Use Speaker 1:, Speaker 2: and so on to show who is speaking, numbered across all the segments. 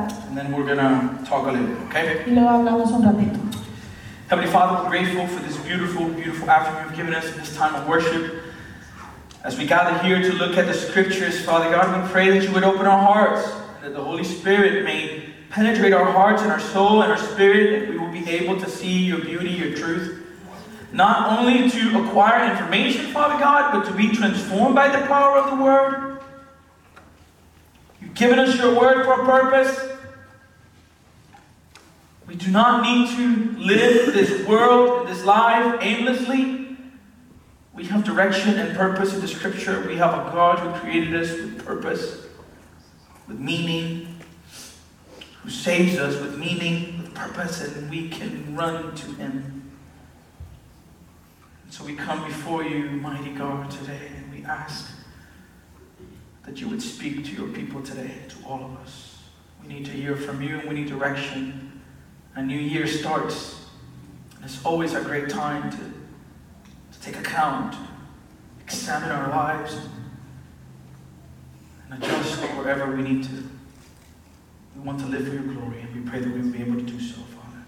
Speaker 1: and then we're going to talk a little bit, okay?
Speaker 2: y luego hablamos un ratito.
Speaker 1: Heavenly Father, we're grateful for this beautiful, beautiful afternoon you've given us in this time of worship. As we gather here to look at the scriptures, Father God, we pray that you would open our hearts, and that the Holy Spirit may penetrate our hearts and our soul and our spirit, and we will be able to see your beauty, your truth. Not only to acquire information, Father God, but to be transformed by the power of the Word. You've given us your Word for a purpose. We do not need to live this world, this life aimlessly. We have direction and purpose in the scripture. We have a God who created us with purpose, with meaning, who saves us with meaning, with purpose, and we can run to him. And so we come before you, mighty God, today, and we ask that you would speak to your people today, to all of us. We need to hear from you, and we need direction. A new year starts. And it's always a great time to, to take account, examine our lives, and adjust wherever we need to. We want to live for your glory, and we pray that we will be able to do so, Father.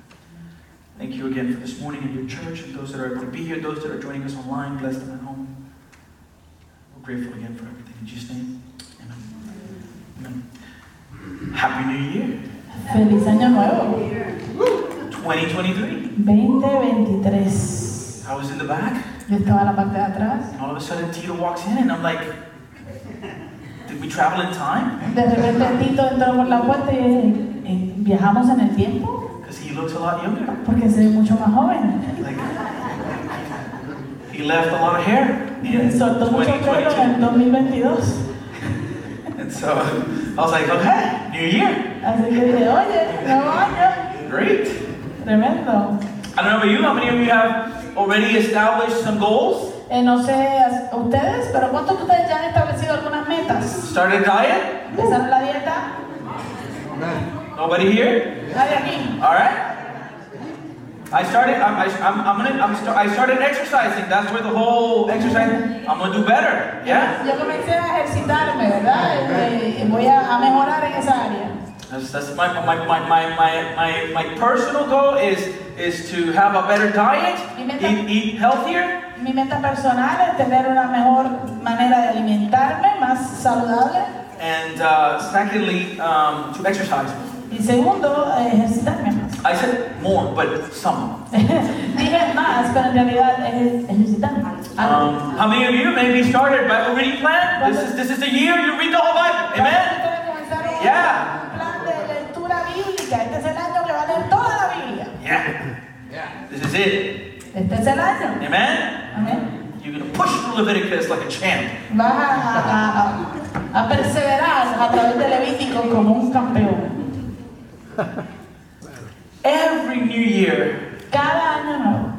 Speaker 1: Thank you again for this morning in your church, and those that are able to be here, those that are joining us online, bless them at home. We're grateful again for everything. In Jesus' name, amen. amen. Happy New Year,
Speaker 2: Feliz año nuevo,
Speaker 1: 2023.
Speaker 2: 2023.
Speaker 1: I was in the back.
Speaker 2: Yo estaba en la parte de atrás.
Speaker 1: And all of a sudden, Tito walks in, and I'm like, did we travel in time?
Speaker 2: De repente Tito entró por la puerta y yo dije, "Eh, viajamos en el tiempo
Speaker 1: Because he looks a lot younger.
Speaker 2: porque se ve mucho más joven.
Speaker 1: Like, he left a lot of hair in
Speaker 2: Soltó mucho pelo en
Speaker 1: 2022.
Speaker 2: el 2022.
Speaker 1: And so I was like, okay, new year,
Speaker 2: Así que dije, oye, nuevo año.
Speaker 1: great.
Speaker 2: Tremendo.
Speaker 1: I don't know about you, how many of you have already established some goals?
Speaker 2: Eh, no sé a ustedes, pero ¿cuántos de ustedes ya han establecido algunas metas?
Speaker 1: Started a diet?
Speaker 2: ¿Empezaron la dieta?
Speaker 1: Nobody here?
Speaker 2: Nadie aquí.
Speaker 1: All right. I started. I'm. I, I'm. I'm gonna. I'm. St- I started exercising. That's where the whole exercise. I'm gonna do better. Yeah.
Speaker 2: Yo comencé a ejercitarme, ¿verdad? Eh, voy a, a mejorar en esa área.
Speaker 1: That's, that's my, my, my, my, my, my, my personal goal is, is to have a better diet, eat, eat healthier,
Speaker 2: Mi meta personal es tener una mejor manera de alimentarme, más saludable.
Speaker 1: and uh, secondly, um, to exercise.
Speaker 2: Y segundo, eh, ejercitarme más.
Speaker 1: I said more, but some.
Speaker 2: Dije más, pero en realidad es ejercitarme más.
Speaker 1: Um, how many of you maybe started Bible reading plan? This is, this is the year you read the whole Bible. Amen? Yeah.
Speaker 2: Un plan de lectura bíblica. Este es el año que va a leer toda la Biblia.
Speaker 1: Yeah. This is it.
Speaker 2: Este es el año.
Speaker 1: Amen?
Speaker 2: Amén.
Speaker 1: You're going to push through Leviticus like a champ.
Speaker 2: Vas a, a- a- a- a perseverar a través de Levítico como un campeón.
Speaker 1: Every new year
Speaker 2: Cada año nuevo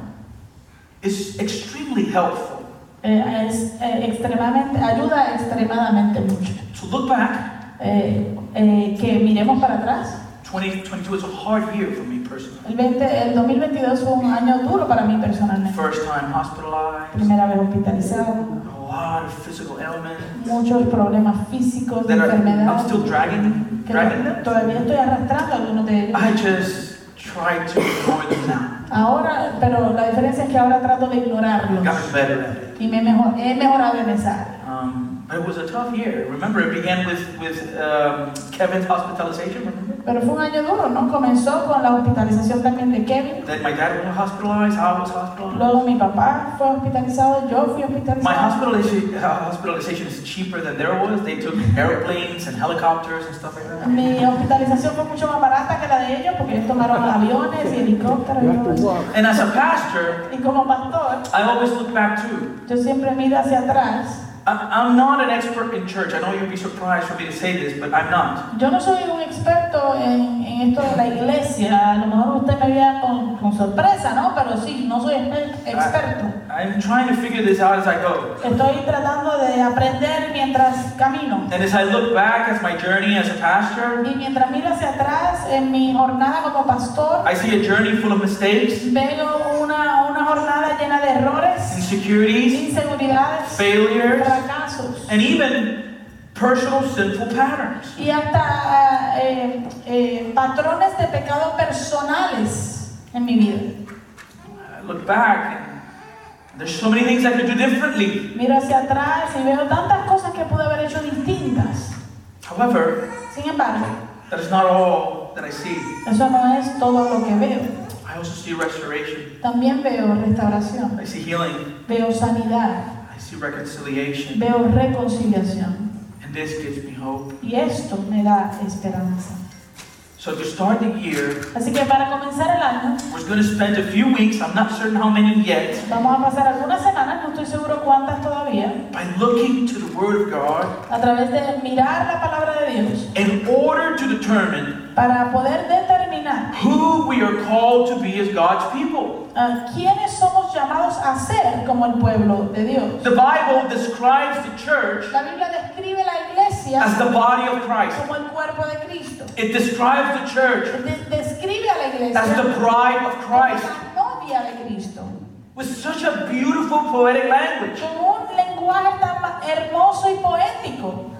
Speaker 1: is extremely helpful
Speaker 2: eh, es eh, extremadamente, ayuda extremadamente mucho.
Speaker 1: to look back.
Speaker 2: Eh, eh, que miremos para atrás.
Speaker 1: 2022 is a hard year for me personally.
Speaker 2: El, 20 el 2022 fue un año duro para mí personalmente.
Speaker 1: First time hospitalized,
Speaker 2: Primera vez hospitalizado,
Speaker 1: a lot of physical ailments
Speaker 2: muchos problemas físicos, de
Speaker 1: that are, I'm
Speaker 2: enfermedades.
Speaker 1: still dragging,
Speaker 2: que
Speaker 1: dragging them.
Speaker 2: todavía estoy arrastrando algunos de ellos.
Speaker 1: I just try to ignore them now.
Speaker 2: Ahora, pero la diferencia es que ahora trato de
Speaker 1: I've
Speaker 2: ignorarlos
Speaker 1: Gotten better at it.
Speaker 2: y me mejor, he mejorado en esa área.
Speaker 1: Um, but it was a tough year. Remember, it began with with um, Kevin's hospitalization. Remember?
Speaker 2: Pero fue un año duro, ¿no? Comenzó con la hospitalización también de Kevin.
Speaker 1: Then my dad was hospitalized. I was hospitalized.
Speaker 2: Luego mi papá fue hospitalizado, yo fui
Speaker 1: My
Speaker 2: hospitalizado.
Speaker 1: hospitalization, uh, hospitalization is cheaper than there was. They took airplanes and helicopters and stuff like that.
Speaker 2: Mi hospitalización fue mucho más barata que la de ellos porque ellos tomaron aviones y helicópteros. Y,
Speaker 3: You have
Speaker 2: todo
Speaker 3: to
Speaker 2: eso.
Speaker 3: walk.
Speaker 1: And as a pastor,
Speaker 2: y como pastor,
Speaker 1: I always look back too.
Speaker 2: yo siempre miro hacia atrás.
Speaker 1: I- I'm not an expert in church. I know you'd be surprised for me to say this, but I'm not.
Speaker 2: Yo no soy un experto en, en esto de la iglesia. A lo mejor usted me vea con, con sorpresa, ¿no? Pero sí, no soy exper- experto.
Speaker 1: I'm trying to figure this out as I go.
Speaker 2: Estoy tratando de aprender mientras camino.
Speaker 1: And as I look back at my journey as a pastor,
Speaker 2: Y mientras miro hacia atrás en mi jornada como pastor,
Speaker 1: I see a journey full of mistakes,
Speaker 2: veo una, una jornada llena de errores,
Speaker 1: insecurities,
Speaker 2: inseguridades,
Speaker 1: failures,
Speaker 2: fracasos
Speaker 1: and even personal sinful patterns.
Speaker 2: y hasta eh, eh, patrones de pecado personales en mi vida.
Speaker 1: I look back, and there's so many things I could do differently.
Speaker 2: Miro hacia atrás y veo tantas cosas que pude haber hecho distintas.
Speaker 1: However,
Speaker 2: Sin embargo,
Speaker 1: that is not all that I see.
Speaker 2: eso no es todo lo que veo.
Speaker 1: I also see restoration.
Speaker 2: También veo restauración,
Speaker 1: I see healing.
Speaker 2: veo sanidad,
Speaker 1: I see reconciliation.
Speaker 2: veo reconciliación.
Speaker 1: And this gives me hope.
Speaker 2: Y esto me da esperanza.
Speaker 1: So to start the year,
Speaker 2: Así que para comenzar el año,
Speaker 1: we're going to spend a few weeks, I'm not certain how many yet,
Speaker 2: vamos a pasar algunas semanas, no estoy seguro cuántas todavía,
Speaker 1: by looking to the Word of God
Speaker 2: a través de mirar la palabra de Dios
Speaker 1: in order to determine
Speaker 2: para poder determinar
Speaker 1: who we are called to be as God's people.
Speaker 2: Ah, ¿Quiénes somos llamados a ser como el pueblo de Dios?
Speaker 1: The Bible describes the church
Speaker 2: La Biblia describe la iglesia
Speaker 1: as the body of Christ.
Speaker 2: como el cuerpo de Cristo.
Speaker 1: It describes the church
Speaker 2: De- describe a la iglesia
Speaker 1: as the bride of
Speaker 2: como
Speaker 1: Christ
Speaker 2: la novia de Cristo.
Speaker 1: with such a beautiful poetic language.
Speaker 2: Con un lenguaje tan ma- hermoso y poético.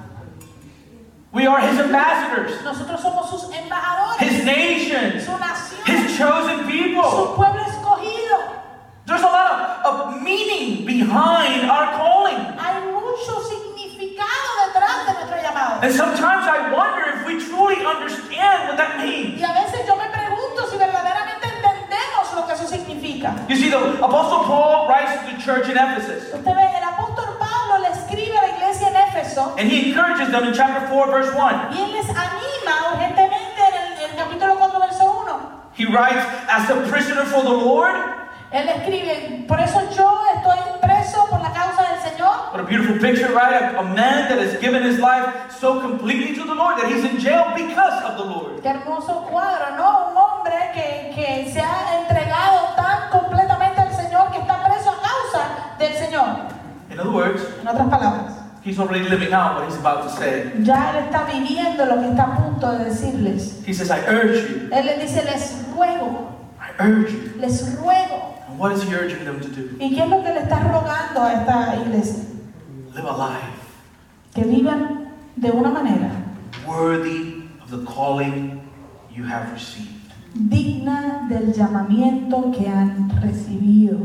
Speaker 1: We are His ambassadors,
Speaker 2: Nosotros somos sus embajadores,
Speaker 1: His nations,
Speaker 2: su nación,
Speaker 1: His chosen people.
Speaker 2: su pueblo escogido.
Speaker 1: There's a lot of, of meaning behind our calling.
Speaker 2: Hay mucho significado detrás de nuestro llamado.
Speaker 1: And sometimes I wonder if we truly understand what that means.
Speaker 2: Y a veces yo me pregunto si verdaderamente entendemos lo que eso significa.
Speaker 1: You see, the Apostle Paul writes to the church in Ephesus,
Speaker 2: Usted ve, el apóstol Pablo le escribe a la iglesia en Éfeso
Speaker 1: and he encourages them in chapter 4, verse 1.
Speaker 2: y él les anima urgentemente en el, el capítulo 4, verso 1.
Speaker 1: He writes, As a prisoner for the Lord.
Speaker 2: Él escribe, por eso yo estoy preso por la causa del Señor.
Speaker 1: What a beautiful picture, right? A, a man that has given his life so completely to the Lord that he's in jail because of the Lord.
Speaker 2: Qué hermoso cuadro, ¿no? Un hombre que, que se ha entregado tan completamente al Señor que está preso a causa del Señor.
Speaker 1: In other words,
Speaker 2: En otras palabras,
Speaker 1: he's already living out what he's about to say.
Speaker 2: ya él está viviendo lo que está a punto de decirles.
Speaker 1: He says, I urge you,
Speaker 2: Él les dice, les ruego,
Speaker 1: I urge you.
Speaker 2: les ruego.
Speaker 1: And what is he urging them to do?
Speaker 2: ¿Y qué es lo que le está rogando a esta iglesia?
Speaker 1: Live a life
Speaker 2: que vivan de una manera
Speaker 1: worthy of the calling you have received.
Speaker 2: digna del llamamiento que han recibido.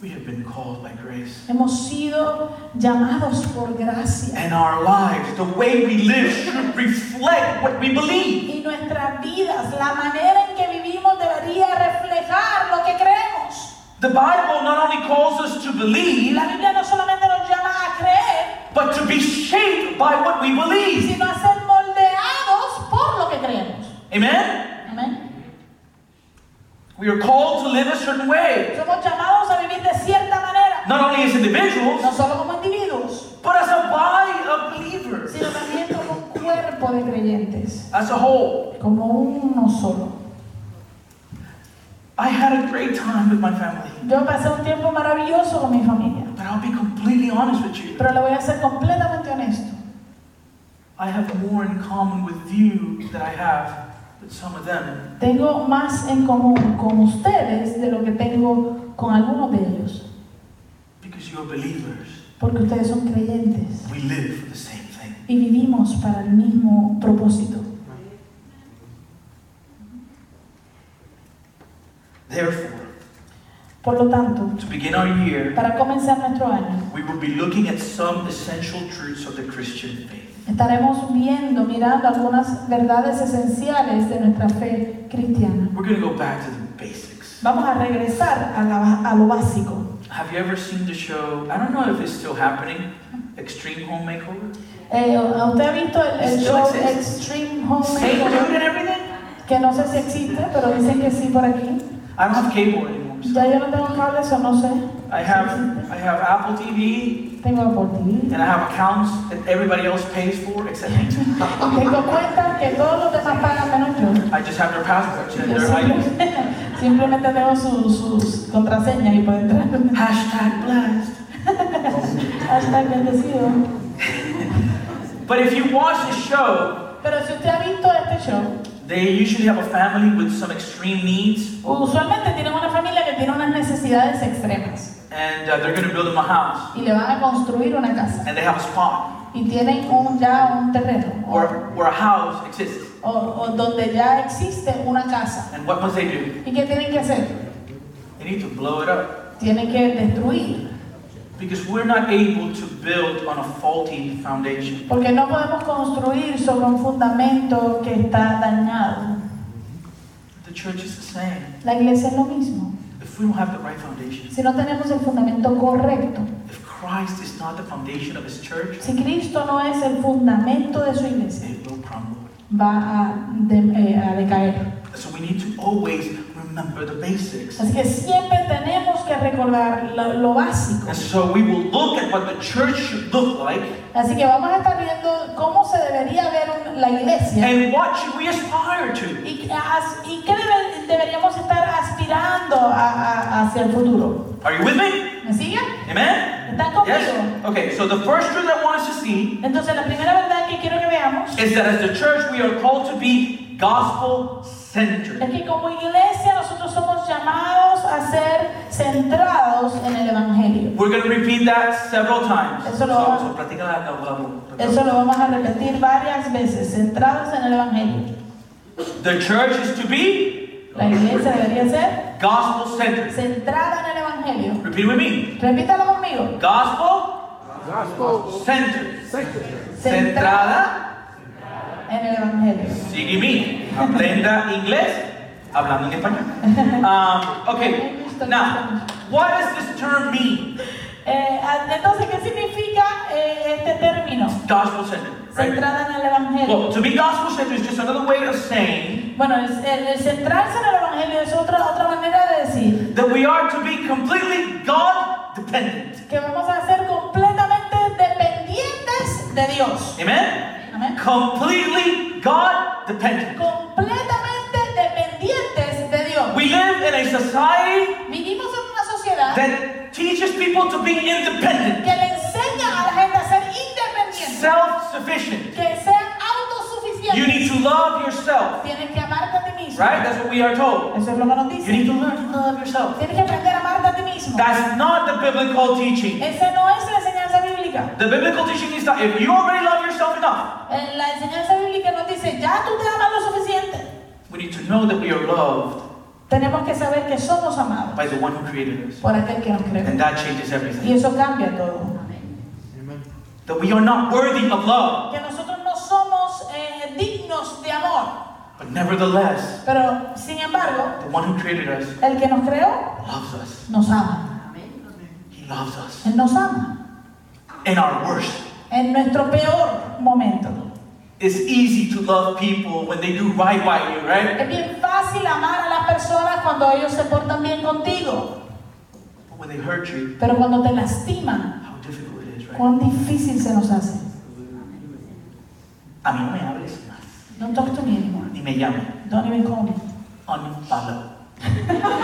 Speaker 1: We have been called by grace.
Speaker 2: Hemos sido llamados por gracia
Speaker 1: And our lives, the way we live, should reflect what we believe.
Speaker 2: y nuestras vidas, la manera en que vivimos debería reflejar lo que creemos.
Speaker 1: The Bible not only calls us to
Speaker 2: Y
Speaker 1: believe,
Speaker 2: la Biblia no solamente nos llama a creer,
Speaker 1: but to be shaped by what we believe.
Speaker 2: sino a ser moldeados por lo que creemos.
Speaker 1: Amen?
Speaker 2: Amén.
Speaker 1: We are called to live a certain way,
Speaker 2: Somos llamados a vivir de cierta manera,
Speaker 1: not only as
Speaker 2: no
Speaker 1: individuals,
Speaker 2: solo como individuos,
Speaker 1: but as a body of believers,
Speaker 2: sino también como un cuerpo de creyentes.
Speaker 1: as a whole.
Speaker 2: como uno solo.
Speaker 1: I had a great time with my family,
Speaker 2: Yo pasé un tiempo maravilloso con mi familia,
Speaker 1: but I'll be completely honest with you.
Speaker 2: pero le voy a ser completamente honesto.
Speaker 1: I have more in common with you than I have with some of them.
Speaker 2: Tengo más en común con ustedes de lo que tengo con algunos de ellos,
Speaker 1: Because you're believers,
Speaker 2: porque ustedes son creyentes
Speaker 1: we live for the same thing.
Speaker 2: y vivimos para el mismo propósito.
Speaker 1: Therefore,
Speaker 2: Por lo tanto,
Speaker 1: to begin our year,
Speaker 2: para comenzar nuestro año,
Speaker 1: we will be looking at some essential truths of the Christian faith.
Speaker 2: estaremos viendo, mirando algunas verdades esenciales de nuestra fe cristiana.
Speaker 1: We're going to go back to the basics.
Speaker 2: Vamos a regresar a, la- a lo básico.
Speaker 1: Have you ever seen the show? I don't know if it's still happening. Extreme Home Makeover.
Speaker 2: Eh, ¿Usted ha visto el, el
Speaker 1: Still
Speaker 2: show
Speaker 1: exists.
Speaker 2: Extreme Home
Speaker 1: Same dude
Speaker 2: Makeover?
Speaker 1: and everything.
Speaker 2: Que no sé si existe, pero dicen que sí por aquí.
Speaker 1: I don't have cable anymore. So
Speaker 2: Ya yo no tengo cables o no sé.
Speaker 1: I have I have Apple TV
Speaker 2: Tengo Apple TV.
Speaker 1: and I have accounts that everybody else pays for except me.
Speaker 2: Tengo cuentas que todos los demás pagan menos yo.
Speaker 1: I just have their passwords and
Speaker 2: Yo
Speaker 1: their IDs.
Speaker 2: simple- simplemente tengo su- sus contraseñas y puedo entrar.
Speaker 1: Hashtag blessed.
Speaker 2: Hasta bendecido.
Speaker 1: But if you watch the show,
Speaker 2: Pero si usted ha visto este show,
Speaker 1: they usually have a family with some extreme needs,
Speaker 2: usualmente tienen una familia que tiene unas necesidades extremas
Speaker 1: and uh, they're going to build them a house,
Speaker 2: y le van a construir una casa
Speaker 1: and they have a spot.
Speaker 2: y tienen un, ya un terreno
Speaker 1: where,
Speaker 2: o,
Speaker 1: where a house exists.
Speaker 2: o- o donde ya existe una casa.
Speaker 1: And what must they do?
Speaker 2: ¿Y qué tienen que hacer?
Speaker 1: They need to blow it up
Speaker 2: Tienen que destruir,
Speaker 1: because we're not able to build on a faulty foundation.
Speaker 2: porque no podemos construir sobre un fundamento que está dañado.
Speaker 1: The church is the same.
Speaker 2: La iglesia es lo mismo.
Speaker 1: If we don't have the right foundation,
Speaker 2: Si no tenemos el fundamento correcto,
Speaker 1: if Christ is not the foundation of his church,
Speaker 2: si Cristo no es el fundamento de su iglesia,
Speaker 1: it will crumble.
Speaker 2: va a, de- eh, a decaer.
Speaker 1: So we need to always remember the basics.
Speaker 2: Así que siempre tenemos que recordar lo, lo básico.
Speaker 1: And so we will look at what the church should look like
Speaker 2: Así que vamos a estar viendo cómo se debería ver un- la iglesia
Speaker 1: and what should we aspire to.
Speaker 2: y, qué as- y qué debe- deberíamos estar aspirando a- a- hacia el futuro.
Speaker 1: Are you with me?
Speaker 2: ¿Me siguen?
Speaker 1: Amen?
Speaker 2: ¿Están conmigo?
Speaker 1: Yes? Okay, so the first truth I want us to see
Speaker 2: Entonces la primera verdad que quiero que veamos
Speaker 1: is that as the church we are called to be gospel centered.
Speaker 2: Es que como iglesia nosotros somos llamados a ser centrados en el Evangelio.
Speaker 1: We're going to repeat that several times.
Speaker 2: Eso lo-
Speaker 1: So- so platícala al cabo, al
Speaker 2: Eso
Speaker 1: cabo.
Speaker 2: lo vamos a repetir varias veces, centrados en el Evangelio.
Speaker 1: The church is to be
Speaker 2: La iglesia debería ser
Speaker 1: gospel centered.
Speaker 2: centrada en el Evangelio.
Speaker 1: Repeat with me.
Speaker 2: Repítalo conmigo.
Speaker 1: Gospel
Speaker 3: Gospel
Speaker 1: centered.
Speaker 3: Secretary.
Speaker 1: Centrada.
Speaker 2: en el Evangelio.
Speaker 1: Sigue mí. Aprenda inglés hablando en español. Um, okay. Now, what does this term mean?
Speaker 2: Eh, a- entonces, ¿qué significa eh, este término?
Speaker 1: Gospel centered. Right?
Speaker 2: Centrada en el Evangelio.
Speaker 1: Well, to be gospel centered is just another way of saying
Speaker 2: Bueno, el, el- el centrarse en el Evangelio es otra, otra manera de decir
Speaker 1: that we are to be completely God dependent.
Speaker 2: que vamos a ser completamente dependientes de Dios.
Speaker 1: Amen?
Speaker 2: Amén.
Speaker 1: Completely God dependent.
Speaker 2: completamente dependientes de Dios.
Speaker 1: We live in a society
Speaker 2: Vivimos en una sociedad que
Speaker 1: that teaches people to be independent,
Speaker 2: le enseña a la gente a ser independiente,
Speaker 1: self sufficient.
Speaker 2: que sean
Speaker 1: You
Speaker 2: autosuficientes.
Speaker 1: need to love yourself,
Speaker 2: Tienes que amarte a ti mismo.
Speaker 1: right? That's what we are told.
Speaker 2: Eso es lo que nos
Speaker 1: You need
Speaker 2: dice.
Speaker 1: to learn to love yourself.
Speaker 2: Tienes que aprender a amarte a ti mismo.
Speaker 1: That's not the biblical teaching.
Speaker 2: Esa no es la enseñanza bíblica.
Speaker 1: The biblical teaching is that if you already love yourself enough,
Speaker 2: Eh, La enseñanza bíblica nos dice, ya tú te amas lo suficiente.
Speaker 1: we need to know that we are loved
Speaker 2: Tenemos que saber que somos amados
Speaker 1: by the one who created us.
Speaker 2: por aquel que nos
Speaker 1: And
Speaker 2: creó.
Speaker 1: that changes
Speaker 2: Y
Speaker 1: everything.
Speaker 2: eso cambia todo.
Speaker 3: Amen.
Speaker 1: That we are not worthy of love.
Speaker 2: Que nosotros no somos eh, dignos de amor.
Speaker 1: But nevertheless,
Speaker 2: Pero, sin embargo,
Speaker 1: the one who created us
Speaker 2: El que nos creó
Speaker 1: loves us.
Speaker 2: nos ama.
Speaker 1: He loves us
Speaker 2: Él nos ama.
Speaker 1: in our worst.
Speaker 2: En nuestro peor momento.
Speaker 1: It's easy to love people when they do right by you, right?
Speaker 2: Es bien fácil amar a las personas cuando ellos se portan bien contigo.
Speaker 1: But when they hurt you,
Speaker 2: Pero cuando te lastiman,
Speaker 1: how difficult it is, right?
Speaker 2: cuán difícil se nos hace.
Speaker 1: A mí no me hables más,
Speaker 2: Don't talk to me anymore.
Speaker 1: ni me llames.
Speaker 2: Don't even call me.
Speaker 1: Unfollow.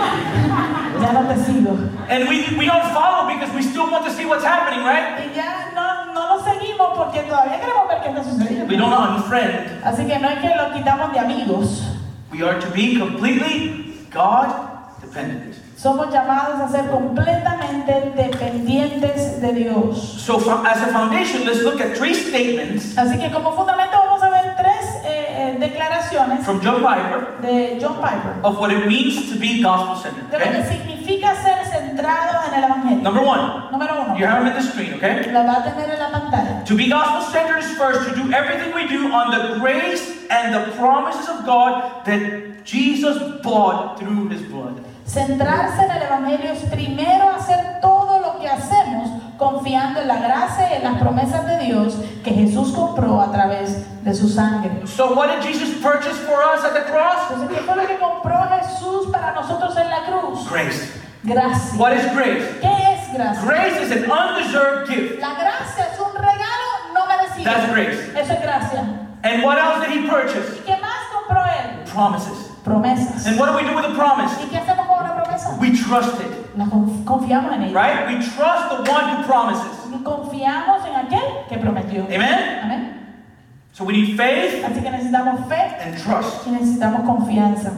Speaker 2: Ya no te sigo.
Speaker 1: And we, we don't follow because we still want to see what's happening, right?
Speaker 2: Y ya no, no lo seguimos porque todavía queremos ver qué está
Speaker 1: We don't
Speaker 2: sucediendo.
Speaker 1: unfriend.
Speaker 2: Así que no es que lo quitamos de amigos.
Speaker 1: We are to be completely God dependent.
Speaker 2: Somos llamados a ser completamente dependientes de Dios.
Speaker 1: So, from, as a foundation, let's look at three statements
Speaker 2: Así que como fundamento vamos a ver tres eh, eh, declaraciones
Speaker 1: from John Piper
Speaker 2: de John Piper
Speaker 1: of what it means to be gospel centered.
Speaker 2: de lo que
Speaker 1: Okay?
Speaker 2: significa ser centrado en el Evangelio.
Speaker 1: Number one,
Speaker 2: Número uno,
Speaker 1: you have it in the screen, okay?
Speaker 2: la va a tener en la pantalla.
Speaker 1: To be gospel centered is first to do everything we do on the grace and the promises of God that Jesus bought through his blood.
Speaker 2: Centrarse en el Evangelio es primero hacer todo lo que hacemos confiando en la gracia y en las promesas de Dios que Jesús compró a través de su sangre.
Speaker 1: So, what did Jesus purchase for us at the cross?
Speaker 2: Entonces, ¿qué fue lo que compró Jesús para nosotros en la cruz?
Speaker 1: Grace.
Speaker 2: Gracia.
Speaker 1: What is grace?
Speaker 2: ¿Qué es gracia?
Speaker 1: Grace is an undeserved gift.
Speaker 2: La gracia es un regalo no merecido.
Speaker 1: That's grace.
Speaker 2: Eso es gracia.
Speaker 1: And what else did he purchase?
Speaker 2: ¿Y qué más compró él?
Speaker 1: Promises.
Speaker 2: Promesas.
Speaker 1: And what do we do with a promise?
Speaker 2: ¿Y qué hacemos con una promesa?
Speaker 1: We trust it,
Speaker 2: La conf- confiamos en ella.
Speaker 1: right? We trust the one who promises.
Speaker 2: Confiamos en aquel que prometió.
Speaker 1: Amen?
Speaker 2: Amén.
Speaker 1: So, we need faith
Speaker 2: Así que necesitamos fe
Speaker 1: and trust.
Speaker 2: y necesitamos confianza.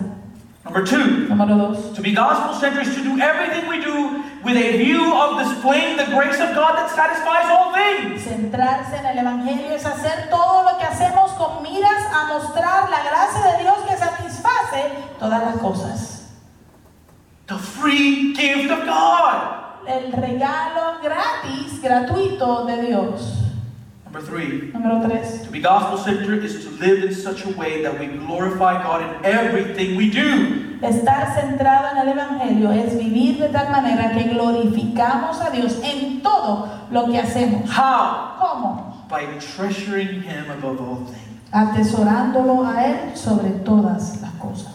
Speaker 1: Number two,
Speaker 2: Número dos.
Speaker 1: To be gospel centered is to do everything we do with a view of displaying the grace of God that satisfies all things.
Speaker 2: Centrarse en el Evangelio es hacer todo lo que hacemos con miras a mostrar la gracia de Dios que satisface todas las cosas.
Speaker 1: The free gift of God.
Speaker 2: El regalo gratis, gratuito de Dios.
Speaker 1: Number three,
Speaker 2: Número 3.
Speaker 1: to be gospel centered is to live in such a way that we glorify God in everything we do.
Speaker 2: Estar centrado en el Evangelio es vivir de tal manera que glorificamos a Dios en todo lo que hacemos.
Speaker 1: How?
Speaker 2: ¿Cómo?
Speaker 1: By treasuring Him above all things,
Speaker 2: Atesorándolo a Él sobre todas las cosas.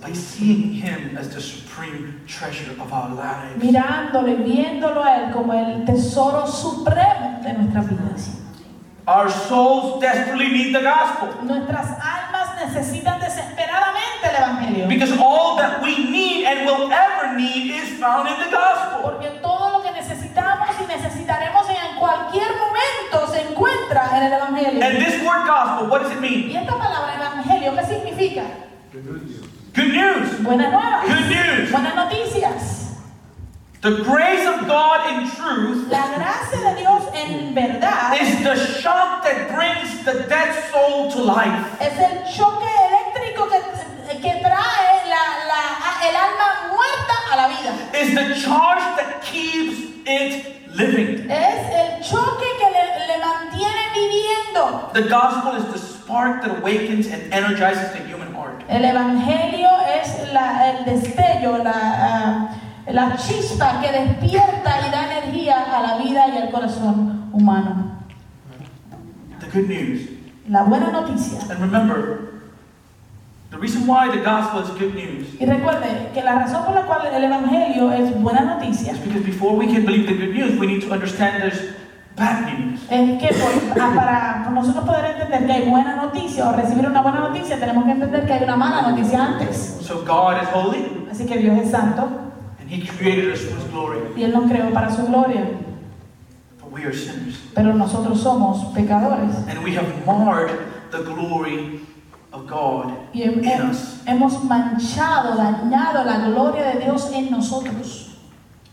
Speaker 1: by seeing Him as the supreme treasure of our lives.
Speaker 2: Mirándolo y viéndolo a Él como el tesoro supremo de nuestras vidas.
Speaker 1: Our souls desperately need the gospel
Speaker 2: Nuestras almas necesitan desesperadamente el Evangelio.
Speaker 1: because all that we need and will ever need is found in the gospel.
Speaker 2: Porque todo lo que necesitamos y necesitaremos en cualquier momento se encuentra en el
Speaker 1: And
Speaker 2: Evangelio.
Speaker 1: this word gospel, what does it mean?
Speaker 2: ¿Y esta palabra Evangelio qué significa?
Speaker 1: Good news.
Speaker 2: Buenas
Speaker 1: Good
Speaker 2: nuevas.
Speaker 1: news.
Speaker 2: Buenas noticias.
Speaker 1: The grace of God in truth
Speaker 2: La gracia de Dios en verdad
Speaker 1: is the shock that brings the dead soul to life.
Speaker 2: es el choque eléctrico que, que trae la- la- el alma muerta a la vida.
Speaker 1: It's the charge that keeps it living.
Speaker 2: Es el choque que le, le mantiene viviendo.
Speaker 1: The gospel is the spark that awakens and energizes the human heart.
Speaker 2: El Evangelio es la- el destello, la, ah, la chispa que despierta y da energía a la vida y al corazón humano.
Speaker 1: The good news.
Speaker 2: La buena noticia.
Speaker 1: And remember, the reason why the gospel is good news
Speaker 2: Y recuerde que la razón por la cual el Evangelio es buena noticia
Speaker 1: is because before we can believe the good news, we need to understand there's bad news.
Speaker 2: es que por- ah, para nosotros poder entender que hay buena noticia o recibir una buena noticia tenemos que entender que hay una mala noticia antes.
Speaker 1: So God is holy
Speaker 2: Así que Dios es santo
Speaker 1: and He created us for His glory,
Speaker 2: y Él nos creó para su gloria,
Speaker 1: but we are sinners.
Speaker 2: pero nosotros somos pecadores.
Speaker 1: And we have marred the glory of God
Speaker 2: Y
Speaker 1: in
Speaker 2: hem- hem-
Speaker 1: us.
Speaker 2: hemos manchado, dañado la gloria de Dios en nosotros.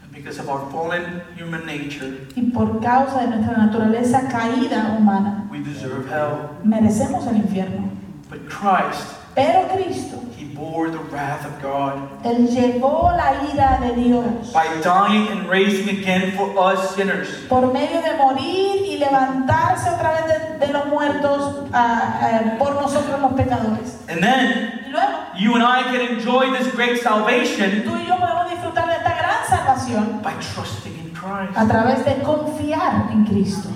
Speaker 1: And because of our fallen human nature,
Speaker 2: Y por causa de nuestra naturaleza caída humana,
Speaker 1: we deserve hell.
Speaker 2: merecemos el infierno.
Speaker 1: But Christ,
Speaker 2: Pero Cristo,
Speaker 1: He bore the wrath of God
Speaker 2: Él llevó la ira de Dios
Speaker 1: by dying and raising again for us sinners.
Speaker 2: por medio de morir y levantarse otra vez de, de los muertos ah, ah, por nosotros los pecadores.
Speaker 1: And then
Speaker 2: Y luego,
Speaker 1: you and I can enjoy this great salvation
Speaker 2: tú y yo podemos disfrutar de esta gran salvación
Speaker 1: by trusting in
Speaker 2: a
Speaker 1: Christ.
Speaker 2: través de confiar en Cristo.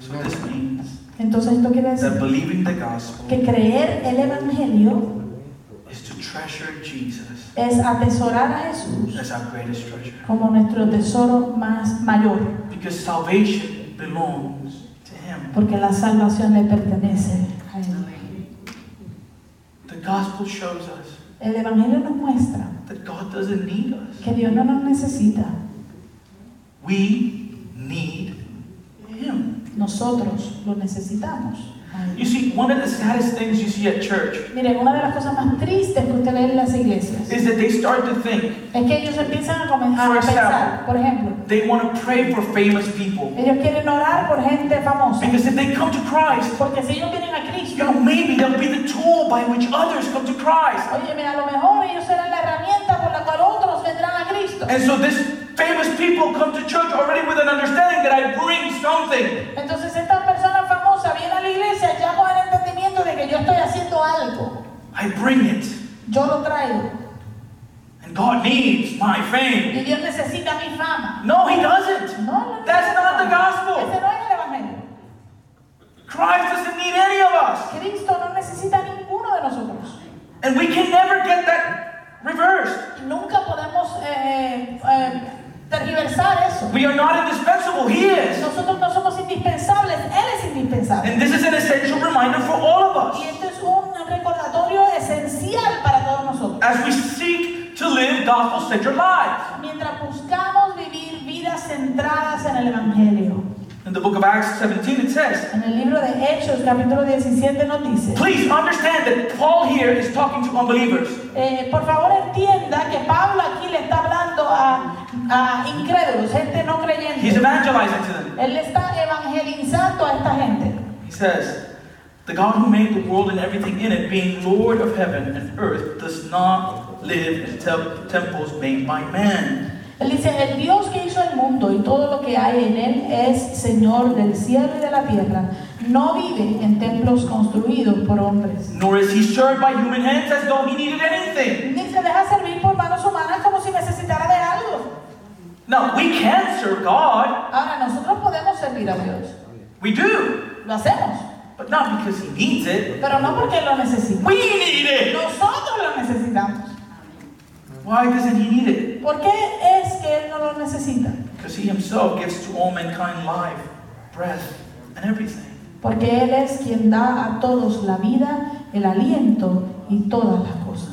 Speaker 1: So this means
Speaker 2: Entonces esto quiere
Speaker 1: that
Speaker 2: decir
Speaker 1: believing the gospel
Speaker 2: que creer el Evangelio
Speaker 1: is to treasure Jesus
Speaker 2: es atesorar a Jesús
Speaker 1: as our greatest treasure.
Speaker 2: como nuestro tesoro más mayor,
Speaker 1: Because salvation belongs to Him.
Speaker 2: porque la salvación le pertenece a Él.
Speaker 1: The gospel shows us
Speaker 2: El Evangelio nos muestra
Speaker 1: that God doesn't need us.
Speaker 2: que Dios no nos necesita,
Speaker 1: We need Him.
Speaker 2: nosotros lo necesitamos. a
Speaker 1: You
Speaker 2: Él.
Speaker 1: see, one of the saddest things you see at church
Speaker 2: Mire, una de las cosas más tristes que usted ve en las iglesias
Speaker 1: is that they start to think
Speaker 2: es que ellos empiezan a comenzar a pensar, por ejemplo,
Speaker 1: they want to pray for famous people.
Speaker 2: ellos quieren orar por gente famosa,
Speaker 1: Because if they come to Christ,
Speaker 2: porque si ellos vienen a
Speaker 1: you
Speaker 2: Cristo,
Speaker 1: know, maybe they'll be the tool by which others come to Christ.
Speaker 2: oye, mira, a lo mejor ellos serán la herramienta por la cual otros vendrán a Cristo.
Speaker 1: And so this famous people come to church already with an understanding that I bring something.
Speaker 2: Entonces esta persona famosa viene a la iglesia ya con el entendimiento de que yo estoy haciendo algo,
Speaker 1: I bring it.
Speaker 2: yo lo traigo
Speaker 1: And God needs my fame.
Speaker 2: y Dios necesita mi fama.
Speaker 1: No, He doesn't.
Speaker 2: No, no, no.
Speaker 1: That's not the gospel.
Speaker 2: Ese no es el evangelio.
Speaker 1: Christ doesn't need any of us.
Speaker 2: Cristo no necesita a ninguno de nosotros.
Speaker 1: And we can never get that reversed.
Speaker 2: Nunca podemos eh, eh, tergiversar eso.
Speaker 1: We are not indispensable. He is.
Speaker 2: Nosotros no somos indispensables, Él es indispensable.
Speaker 1: And this is an essential reminder for all of
Speaker 2: Y
Speaker 1: us.
Speaker 2: esto es un recordatorio esencial para todos nosotros.
Speaker 1: As we seek to live gospel centered lives.
Speaker 2: Mientras buscamos vivir vidas centradas en el Evangelio.
Speaker 1: In the book of Acts 17, it says,
Speaker 2: En el libro de Hechos, capítulo 17, nos dice,
Speaker 1: Please understand that Paul here is talking to unbelievers.
Speaker 2: eh, por favor entienda que Pablo aquí le está hablando a, a incrédulos, gente no
Speaker 1: He's
Speaker 2: creyente.
Speaker 1: evangelizing to them.
Speaker 2: Él está evangelizando a esta gente.
Speaker 1: He says, The God who made the world and everything in it, being Lord of heaven and earth, does not live in tem- temples made by man.
Speaker 2: Él dice, el Dios que hizo el mundo y todo lo que hay en él es Señor del cielo y de la tierra. No vive en templos construidos por hombres.
Speaker 1: Nor is he served by human hands as though he needed anything.
Speaker 2: Ni se deja servir por manos humanas como si necesitara de algo.
Speaker 1: Now, we can serve God.
Speaker 2: Ahora, nosotros podemos servir a Dios.
Speaker 1: We do.
Speaker 2: Lo hacemos.
Speaker 1: But not because he needs it.
Speaker 2: Pero no porque lo necesitamos.
Speaker 1: We need it.
Speaker 2: Nosotros lo necesitamos.
Speaker 1: Why doesn't he need it?
Speaker 2: ¿Por qué es que Él no lo necesita?
Speaker 1: Because he himself gives to all mankind life, breath, and everything.
Speaker 2: Porque Él es quien da a todos la vida, el aliento y todas las cosas.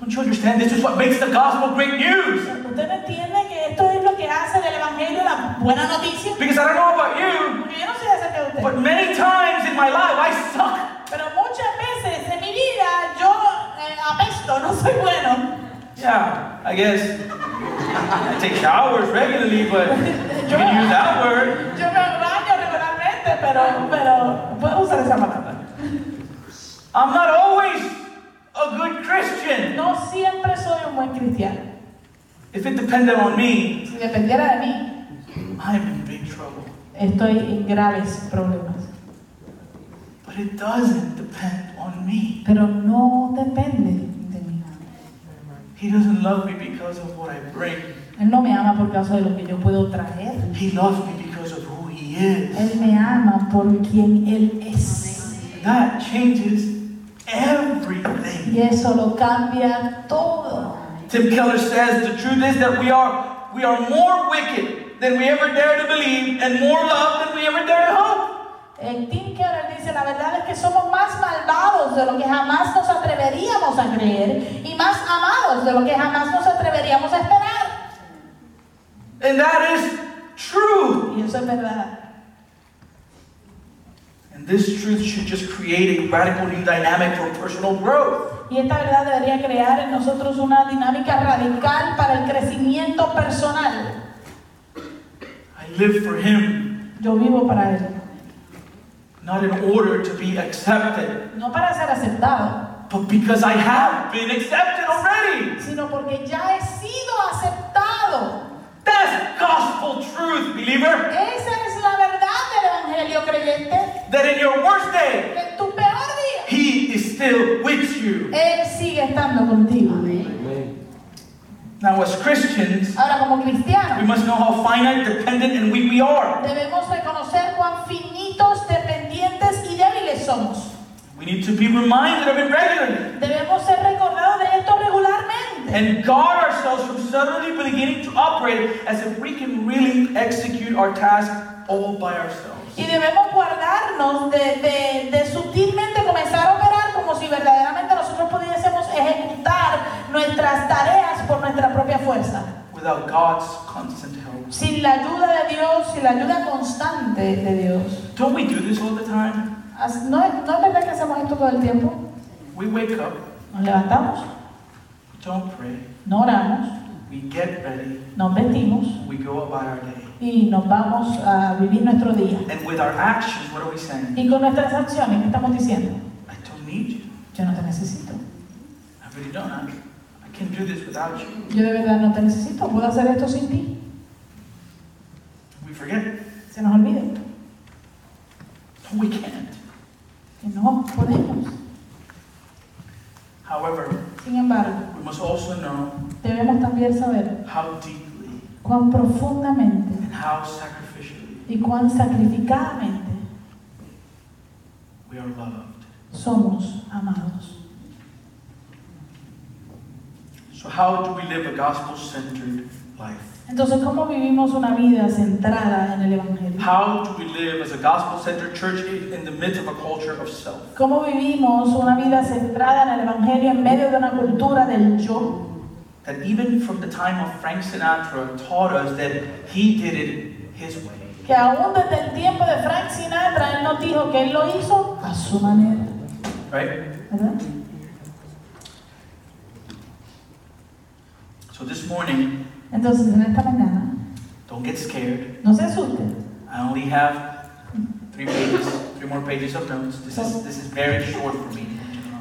Speaker 1: Don't you understand? This is what makes the gospel great news.
Speaker 2: ¿Usted no entiende que esto es lo que hace del Evangelio la buena noticia?
Speaker 1: Because I don't know about
Speaker 2: Porque yo no sé acerca de
Speaker 1: you,
Speaker 2: usted.
Speaker 1: but many times in my life I suck.
Speaker 2: Pero muchas veces en mi vida yo eh, apesto, no soy bueno.
Speaker 1: Yeah, I guess. I take showers regularly, but you
Speaker 2: Yo,
Speaker 1: can use that word.
Speaker 2: yo me baño regularmente, pero, pero puedo usar esa palabra.
Speaker 1: I'm not always a good Christian.
Speaker 2: No siempre soy un buen cristiano.
Speaker 1: If it depended on me,
Speaker 2: Si dependiera de mí,
Speaker 1: I'm in big trouble.
Speaker 2: estoy en graves problemas.
Speaker 1: But it doesn't depend on me.
Speaker 2: Pero no depende de mí.
Speaker 1: He doesn't love me because of what I bring.
Speaker 2: Él no me ama por causa de lo que yo puedo traer.
Speaker 1: He loves me because of who he is.
Speaker 2: Él me ama por quien Él es.
Speaker 1: That changes everything.
Speaker 2: Y eso lo cambia todo.
Speaker 1: Tim Keller says the truth is that we are we are more wicked than we ever dare to believe and more loved than we ever dare to hope.
Speaker 2: El Tim Keller dice, la verdad es que somos más malvados de lo que jamás nos atreveríamos a creer y más amados de lo que jamás nos atreveríamos a esperar.
Speaker 1: And that is true.
Speaker 2: Y eso es verdad.
Speaker 1: And this truth should just create a radical new dynamic for personal growth.
Speaker 2: Y esta verdad debería crear en nosotros una dinámica radical para el crecimiento personal.
Speaker 1: I live for him,
Speaker 2: Yo vivo para Él.
Speaker 1: not in order to be accepted,
Speaker 2: No para ser aceptado,
Speaker 1: but because I have been accepted already.
Speaker 2: sino porque ya he sido aceptado.
Speaker 1: That's gospel truth, believer.
Speaker 2: Esa es la verdad del Evangelio creyente.
Speaker 1: That in your worst day,
Speaker 2: En tu peor día,
Speaker 1: He is still with you.
Speaker 2: Él sigue estando contigo.
Speaker 3: Amén.
Speaker 1: Now, as Christians,
Speaker 2: Ahora, como cristianos,
Speaker 1: we must know how finite, dependent, and weak we are.
Speaker 2: Debemos reconocer cuán finitos, dependientes y débiles somos.
Speaker 1: We need to be reminded of it regularly
Speaker 2: Debemos ser recordados de esto regularmente
Speaker 1: and guard ourselves from suddenly beginning to operate as if we can really execute our task all by ourselves.
Speaker 2: y debemos guardarnos de, de- de sutilmente comenzar a operar como si verdaderamente nosotros pudiésemos ejecutar nuestras tareas por nuestra propia fuerza,
Speaker 1: Without God's constant help.
Speaker 2: sin la ayuda de Dios, sin la ayuda constante de Dios.
Speaker 1: Don't we do this all the time?
Speaker 2: As- ¿No, es- no es verdad que hacemos esto todo el tiempo?
Speaker 1: We wake up,
Speaker 2: Nos levantamos,
Speaker 1: don't pray,
Speaker 2: no oramos,
Speaker 1: we get ready,
Speaker 2: nos vestimos
Speaker 1: we go about our day.
Speaker 2: y nos vamos a vivir nuestro día.
Speaker 1: And with our actions, what are we saying?
Speaker 2: Y con nuestras acciones, ¿qué estamos diciendo?
Speaker 1: I don't need you.
Speaker 2: Yo no te necesito.
Speaker 1: I really don't. I, I can do this without you.
Speaker 2: Yo de verdad no te necesito. Puedo hacer esto sin ti.
Speaker 1: We forget.
Speaker 2: Se nos olvida.
Speaker 1: No, we can't.
Speaker 2: Que no podemos.
Speaker 1: However,
Speaker 2: Sin embargo,
Speaker 1: we must also know
Speaker 2: debemos también saber
Speaker 1: how deeply
Speaker 2: cuán profundamente
Speaker 1: and how sacrificially
Speaker 2: y cuán sacrificadamente
Speaker 1: we are loved.
Speaker 2: somos amados.
Speaker 1: So, how do we live a gospel centered life?
Speaker 2: Entonces, ¿cómo vivimos una vida centrada en el Evangelio?
Speaker 1: How do we live as a gospel centered church in, in the midst of a culture of self?
Speaker 2: ¿Cómo vivimos una vida centrada en el Evangelio en medio de una cultura del yo?
Speaker 1: That even from the time of Frank Sinatra taught us that he did it his way.
Speaker 2: Que aún desde el tiempo de Frank Sinatra, él nos dijo que él lo hizo a su manera.
Speaker 1: Right?
Speaker 2: ¿Verdad?
Speaker 1: So, this morning,
Speaker 2: Entonces, en esta mañana,
Speaker 1: Don't get scared.
Speaker 2: no se asusten.
Speaker 1: I only have three pages, three more pages of notes. This is this is very short for me.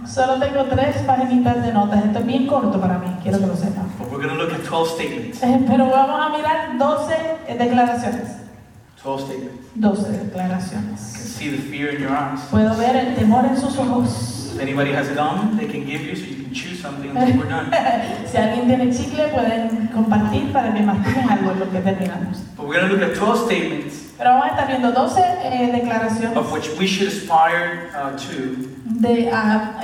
Speaker 2: Solo tengo tres paginitas de notas. Esto es bien corto para mí, quiero que lo sepan.
Speaker 1: But we're gonna look at 12 statements.
Speaker 2: Eh, Pero vamos a mirar 12 declaraciones.
Speaker 1: 12 statements.
Speaker 2: 12
Speaker 1: I can
Speaker 2: declaraciones.
Speaker 1: see the fear in your eyes.
Speaker 2: Puedo ver el temor en sus ojos.
Speaker 1: If anybody has gum, they can give you so you can chew something until we're done.
Speaker 2: Si alguien tiene chicle, pueden compartir para que mastiquen algo en lo que terminamos.
Speaker 1: But we're gonna look at 12 statements
Speaker 2: Pero vamos a estar viendo 12 eh, declaraciones
Speaker 1: of which we should aspire uh, to
Speaker 2: de, a,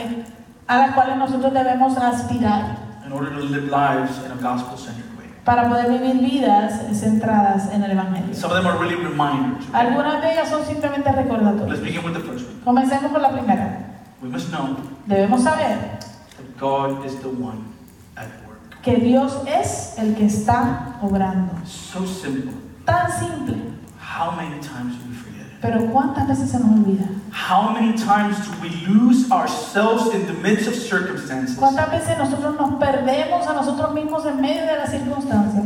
Speaker 2: a las cuales nosotros debemos aspirar
Speaker 1: in order to live lives in a gospel-centered way.
Speaker 2: para poder vivir vidas centradas en el Evangelio.
Speaker 1: Some of them are really reminders. okay?
Speaker 2: Algunas de ellas son simplemente recordatorias.
Speaker 1: Let's begin with the first one.
Speaker 2: Comencemos por la primera.
Speaker 1: We must know
Speaker 2: Debemos saber
Speaker 1: that God is the one at work.
Speaker 2: que Dios es el que está obrando.
Speaker 1: So simple.
Speaker 2: Tan simple,
Speaker 1: How many times do we forget it?
Speaker 2: pero ¿cuántas veces se nos olvida?
Speaker 1: How many times do we lose ourselves in the midst of circumstances?
Speaker 2: ¿Cuántas veces nosotros nos perdemos a nosotros mismos en medio de las circunstancias?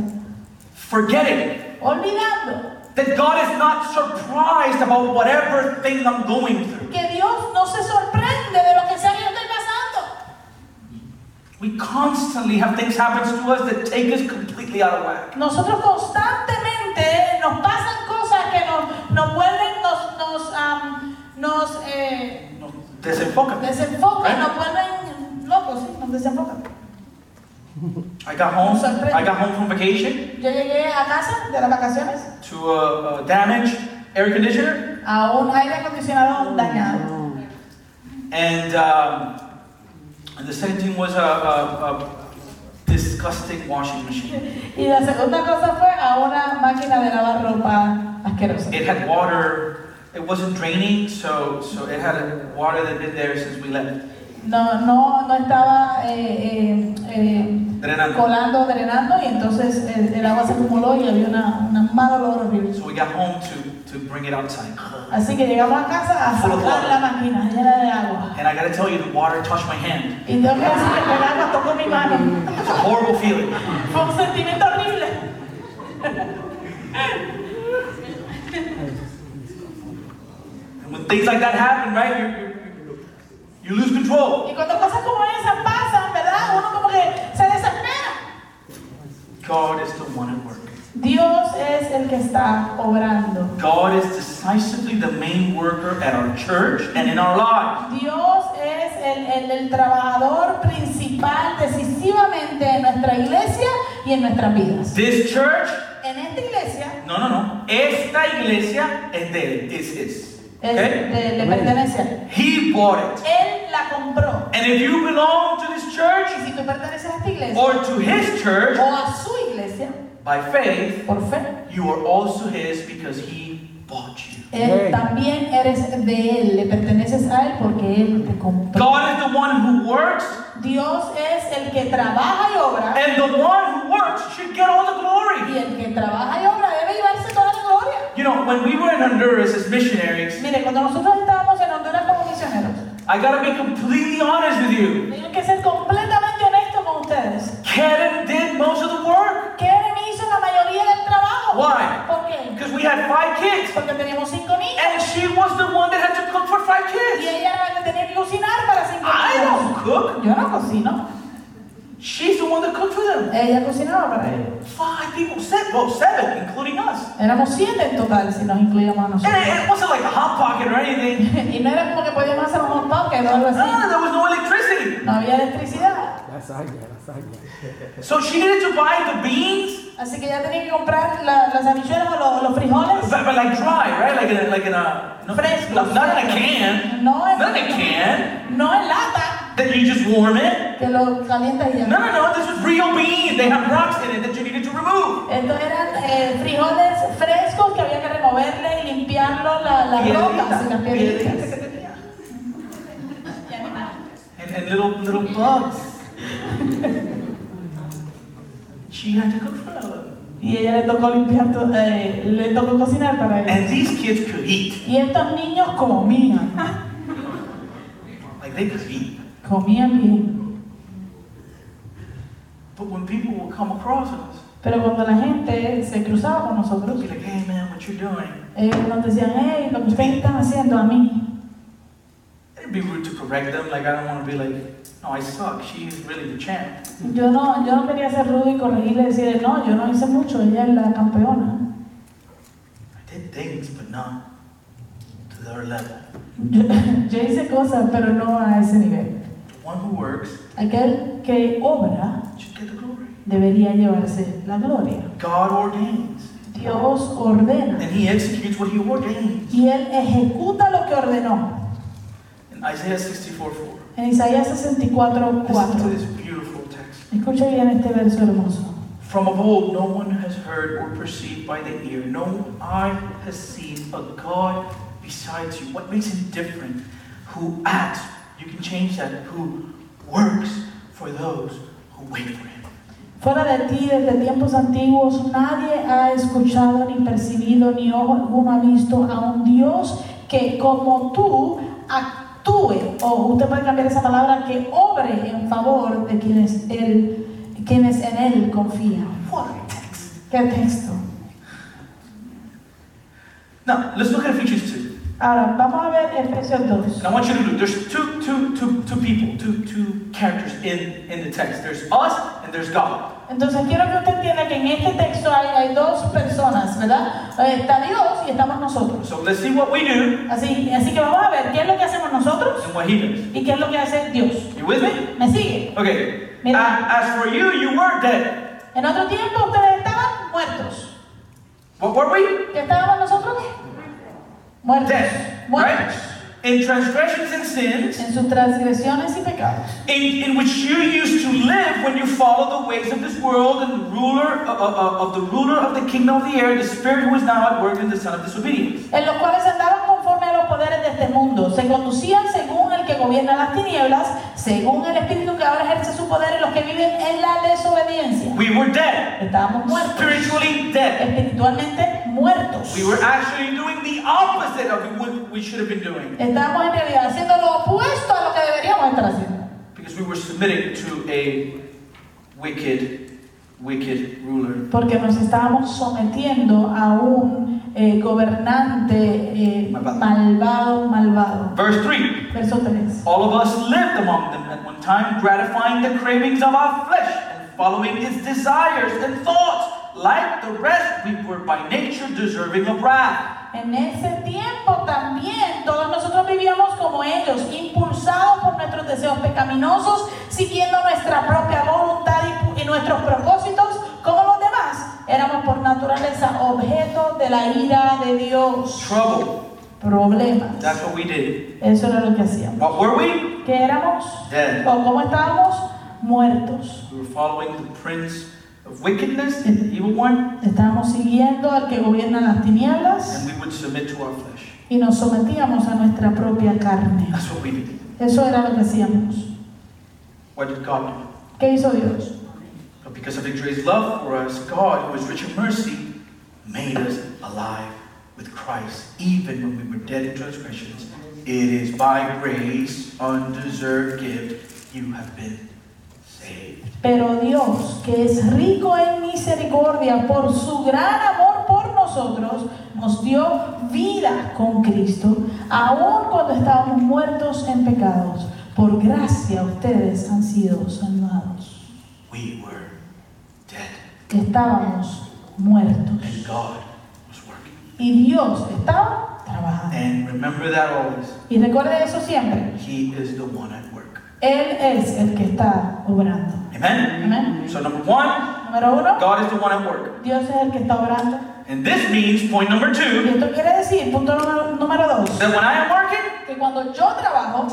Speaker 1: Forgetting
Speaker 2: Olvidando
Speaker 1: that God is not surprised about whatever thing I'm going through.
Speaker 2: que Dios no se sorprende de lo que sea que yo estoy pasando.
Speaker 1: We constantly have things happen to us that take us completely out of whack.
Speaker 2: Nosotros constantemente nos pasan cosas que nos, nos vuelven, nos, nos, am, nos eh,
Speaker 1: No, Desenfoca.
Speaker 2: desenfocan, nos vuelven locos, sí, nos desenfocan.
Speaker 1: I got home. I got home from vacation
Speaker 2: Yo llegué a casa de las vacaciones
Speaker 1: to a, a damaged air conditioner,
Speaker 2: a un aire acondicionado dañado.
Speaker 1: and, um, and the second thing was a, a, a disgusting washing machine.
Speaker 2: Y la segunda cosa fue a una máquina de lavar ropa asquerosa.
Speaker 1: It had water. It wasn't draining, so so it had water that had been there since we left.
Speaker 2: No, no, no estaba eh, eh, eh,
Speaker 1: Drenando.
Speaker 2: colando, drenando y entonces el, el agua se acumuló y había una, una mal olor horrible.
Speaker 1: So we got home to to bring it outside.
Speaker 2: Así que llegamos a casa a sacar la máquina llena de agua.
Speaker 1: And I gotta tell you, the water touched my hand.
Speaker 2: Y tengo que decir que el agua tocó mi mano.
Speaker 1: It's a horrible feeling.
Speaker 2: Fue un sentimiento horrible.
Speaker 1: And when things like that happen, right, you, you, you lose control.
Speaker 2: Y cuando cosas como esas pasan, ¿verdad? Uno como que se desespera.
Speaker 1: God is the one at work.
Speaker 2: Dios es el que está obrando.
Speaker 1: God is decisively the main worker at our church and in our lives.
Speaker 2: Dios es el, el- el trabajador principal decisivamente en nuestra iglesia y en nuestras vidas.
Speaker 1: This church,
Speaker 2: En esta iglesia
Speaker 1: no, no, no. Esta iglesia es de él, es his.
Speaker 2: es-
Speaker 1: Okay?
Speaker 2: de- este, le pertenece a él.
Speaker 1: He bought it.
Speaker 2: Él la compró.
Speaker 1: And if you belong to this
Speaker 2: Y
Speaker 1: church
Speaker 2: si tú perteneces a esta iglesia
Speaker 1: or to his church
Speaker 2: o a su iglesia,
Speaker 1: by faith,
Speaker 2: por fe,
Speaker 1: you are also his because he bought you.
Speaker 2: él también eres de él, le perteneces a él porque él te compró.
Speaker 1: God is the one who works,
Speaker 2: Dios es el que trabaja y obra
Speaker 1: and the one who works should get all the glory.
Speaker 2: y el que trabaja y obra debe llevarse toda la gloria.
Speaker 1: You know, when we were in Honduras as missionaries,
Speaker 2: Mire, cuando nosotros estábamos en Honduras como misioneros,
Speaker 1: I gotta be completely honest with you.
Speaker 2: Tengo que ser completamente honesto con ustedes.
Speaker 1: Kevin did most of the work
Speaker 2: Karen hizo la mayoría del trabajo.
Speaker 1: Why?
Speaker 2: ¿Por qué?
Speaker 1: because we had five kids,
Speaker 2: Porque teníamos cinco niños
Speaker 1: and she was the one that had to cook for five
Speaker 2: y
Speaker 1: kids.
Speaker 2: ella era la que tenía que cocinar para cinco
Speaker 1: I
Speaker 2: niños.
Speaker 1: don't cook.
Speaker 2: Yo no cocino.
Speaker 1: She's the one that cooked for them.
Speaker 2: Ella cocinaba para ellos.
Speaker 1: Five people, six, well, seven, including us.
Speaker 2: Éramos siete en total si nos incluíamos
Speaker 1: And
Speaker 2: a nosotros.
Speaker 1: it, it wasn't like a hot pocket or anything.
Speaker 2: Y no era como que podíamos hacer un hot pocket o algo así.
Speaker 1: No, Ah, there was no electricity.
Speaker 2: No había electricidad.
Speaker 3: Lasaña, lasaña.
Speaker 1: So she needed to buy the beans,
Speaker 2: Así que ya tenía que comprar la- las habichuelas o los, los frijoles.
Speaker 1: but, but like dry, right? Like in a, like in a no,
Speaker 2: Fresh.
Speaker 1: not in a can,
Speaker 2: No en,
Speaker 1: not in a can.
Speaker 2: no en lata,
Speaker 1: That you just warm it.
Speaker 2: que lo calientas y ya.
Speaker 1: No, no, no, this was real beans. They had rocks in it that you needed to remove.
Speaker 2: Estos eran eh, frijoles frescos que había que removerle y limpiarlo la, las rocas y las
Speaker 1: Piedritas
Speaker 2: piedritas.
Speaker 1: que tenía. And, and little, little bugs. she had to cook for them.
Speaker 2: Y ella le tocó limpiar, to- eh, le tocó cocinar para
Speaker 1: And
Speaker 2: ellos.
Speaker 1: these kids could eat.
Speaker 2: Y estos niños comían,
Speaker 1: Like they could eat.
Speaker 2: comían bien.
Speaker 1: But when people will come across us,
Speaker 2: Pero cuando la gente se cruzaba con nosotros,
Speaker 1: Be like, hey man, what you doing?
Speaker 2: ellos nos decían, hey, lo que ustedes están haciendo a mí.
Speaker 1: It'd be rude to correct them. Like I don't want to be like, no, I suck. She's really the champ.
Speaker 2: Yo no, yo no quería ser rudo y corregirle y decirle, no, yo no hice mucho, ella es la campeona.
Speaker 1: I did things, but not to their level.
Speaker 2: Yo, yo hice cosas, pero no a ese nivel.
Speaker 1: The one who works
Speaker 2: Aquel que obra
Speaker 1: should get the glory.
Speaker 2: debería llevarse la gloria.
Speaker 1: God ordains,
Speaker 2: Dios ordena
Speaker 1: and He executes what He ordains.
Speaker 2: y Él ejecuta lo que ordenó.
Speaker 1: In Isaiah 64 4.
Speaker 2: En Isaías 64,
Speaker 1: Listen to
Speaker 2: 4.
Speaker 1: this beautiful text.
Speaker 2: Escucha bien este verso hermoso.
Speaker 1: From of old, no one has heard or perceived by the ear, no eye has seen a God besides you. What makes him different? Who acts, you can change that, who works for those who wait for him.
Speaker 2: Fuera de ti, desde tiempos antiguos, nadie ha escuchado, ni percibido, ni ojo alguno ha visto a un Dios que como tú actúe, o usted puede cambiar esa palabra, que obre en favor de quienes, él, quienes en Él confían.
Speaker 1: What a text!
Speaker 2: ¿Qué texto?
Speaker 1: Now, let's look at Ephesians 2.
Speaker 2: Ahora, vamos a ver Efesios 2.
Speaker 1: And I want you to do, there's two, two, two, two people, two, two characters in, in the text. There's us and there's God.
Speaker 2: Entonces quiero que usted entienda que en este texto hay, hay dos personas, ¿verdad? Eh, Está Dios y estamos nosotros.
Speaker 1: So let's see what we do
Speaker 2: Así, así que vamos a ver qué es lo que hacemos nosotros
Speaker 1: and what he does.
Speaker 2: y qué es lo que hace Dios.
Speaker 1: You with me?
Speaker 2: ¿Me sigue?
Speaker 1: Okay. A-
Speaker 2: Mira.
Speaker 1: As for you, you were dead.
Speaker 2: En otro tiempo ustedes estaban muertos.
Speaker 1: What were we?
Speaker 2: ¿Qué estábamos nosotros? Muertos.
Speaker 1: death,
Speaker 2: Muertos.
Speaker 1: right? In transgressions and sins,
Speaker 2: En sus transgresiones y pecados.
Speaker 1: in, in which you used to live when you followed the ways of this world and the ruler of, of- of the ruler of the kingdom of the air, the spirit who is now at work in the son of disobedience.
Speaker 2: en los cuales andaban conforme a los poderes de este mundo, se conducían según el que gobierna las tinieblas, según el espíritu que ahora ejerce su poder en los que viven en la desobediencia.
Speaker 1: We were dead,
Speaker 2: Estábamos muertos,
Speaker 1: spiritually dead.
Speaker 2: espiritualmente muertos.
Speaker 1: We were actually doing the opposite of what we should have been doing
Speaker 2: Estábamos en realidad haciendo lo opuesto a lo que deberíamos estar haciendo,
Speaker 1: because we were submitting to a wicked, wicked ruler.
Speaker 2: porque nos estábamos sometiendo a un eh, gobernante eh,
Speaker 1: Malvado.
Speaker 2: malvado, malvado.
Speaker 1: Verse 3.
Speaker 2: Verso 3.
Speaker 1: All of us lived among them at one time, gratifying the cravings of our flesh and following its desires and thoughts. Like the rest, we were by nature deserving of wrath.
Speaker 2: En ese tiempo también todos nosotros vivíamos como ellos, impulsados por nuestros deseos pecaminosos, siguiendo nuestra propia voluntad y, pu- y nuestros propósitos como los demás. Éramos por naturaleza objeto de la ira de Dios.
Speaker 1: Trouble.
Speaker 2: Problemas.
Speaker 1: That's what we did.
Speaker 2: Eso era lo que hacíamos.
Speaker 1: What were we?
Speaker 2: ¿Qué éramos?
Speaker 1: Dead.
Speaker 2: ¿O cómo estábamos? Muertos.
Speaker 1: We were following the prince of wickedness, the evil one,
Speaker 2: Estábamos siguiendo al que gobierna las tinieblas
Speaker 1: and we would submit to our flesh.
Speaker 2: y nos sometíamos a nuestra propia carne.
Speaker 1: That's what we did.
Speaker 2: Eso era lo que hacíamos.
Speaker 1: What did God do?
Speaker 2: ¿Qué hizo Dios?
Speaker 1: But because of his great love for us, God, who is rich in mercy, made us alive with Christ, even when we were dead in transgressions. It is by grace, undeserved gift, you have been saved.
Speaker 2: Pero Dios, que es rico en misericordia por su gran amor por nosotros, nos dio vida con Cristo, aun cuando estábamos muertos en pecados. Por gracia ustedes han sido salvados.
Speaker 1: We were dead,
Speaker 2: Estábamos muertos.
Speaker 1: and God was working.
Speaker 2: Y Dios estaba trabajando.
Speaker 1: And remember that always.
Speaker 2: Y recuerde eso siempre.
Speaker 1: He is the one at work.
Speaker 2: Él es el que está obrando.
Speaker 1: Amen?
Speaker 2: Amén.
Speaker 1: So, number one,
Speaker 2: Número uno,
Speaker 1: God is the one at work.
Speaker 2: Dios es el que está obrando.
Speaker 1: And this means, point number
Speaker 2: Y
Speaker 1: two,
Speaker 2: esto quiere decir, punto número, número dos,
Speaker 1: that when I am working,
Speaker 2: que cuando yo trabajo,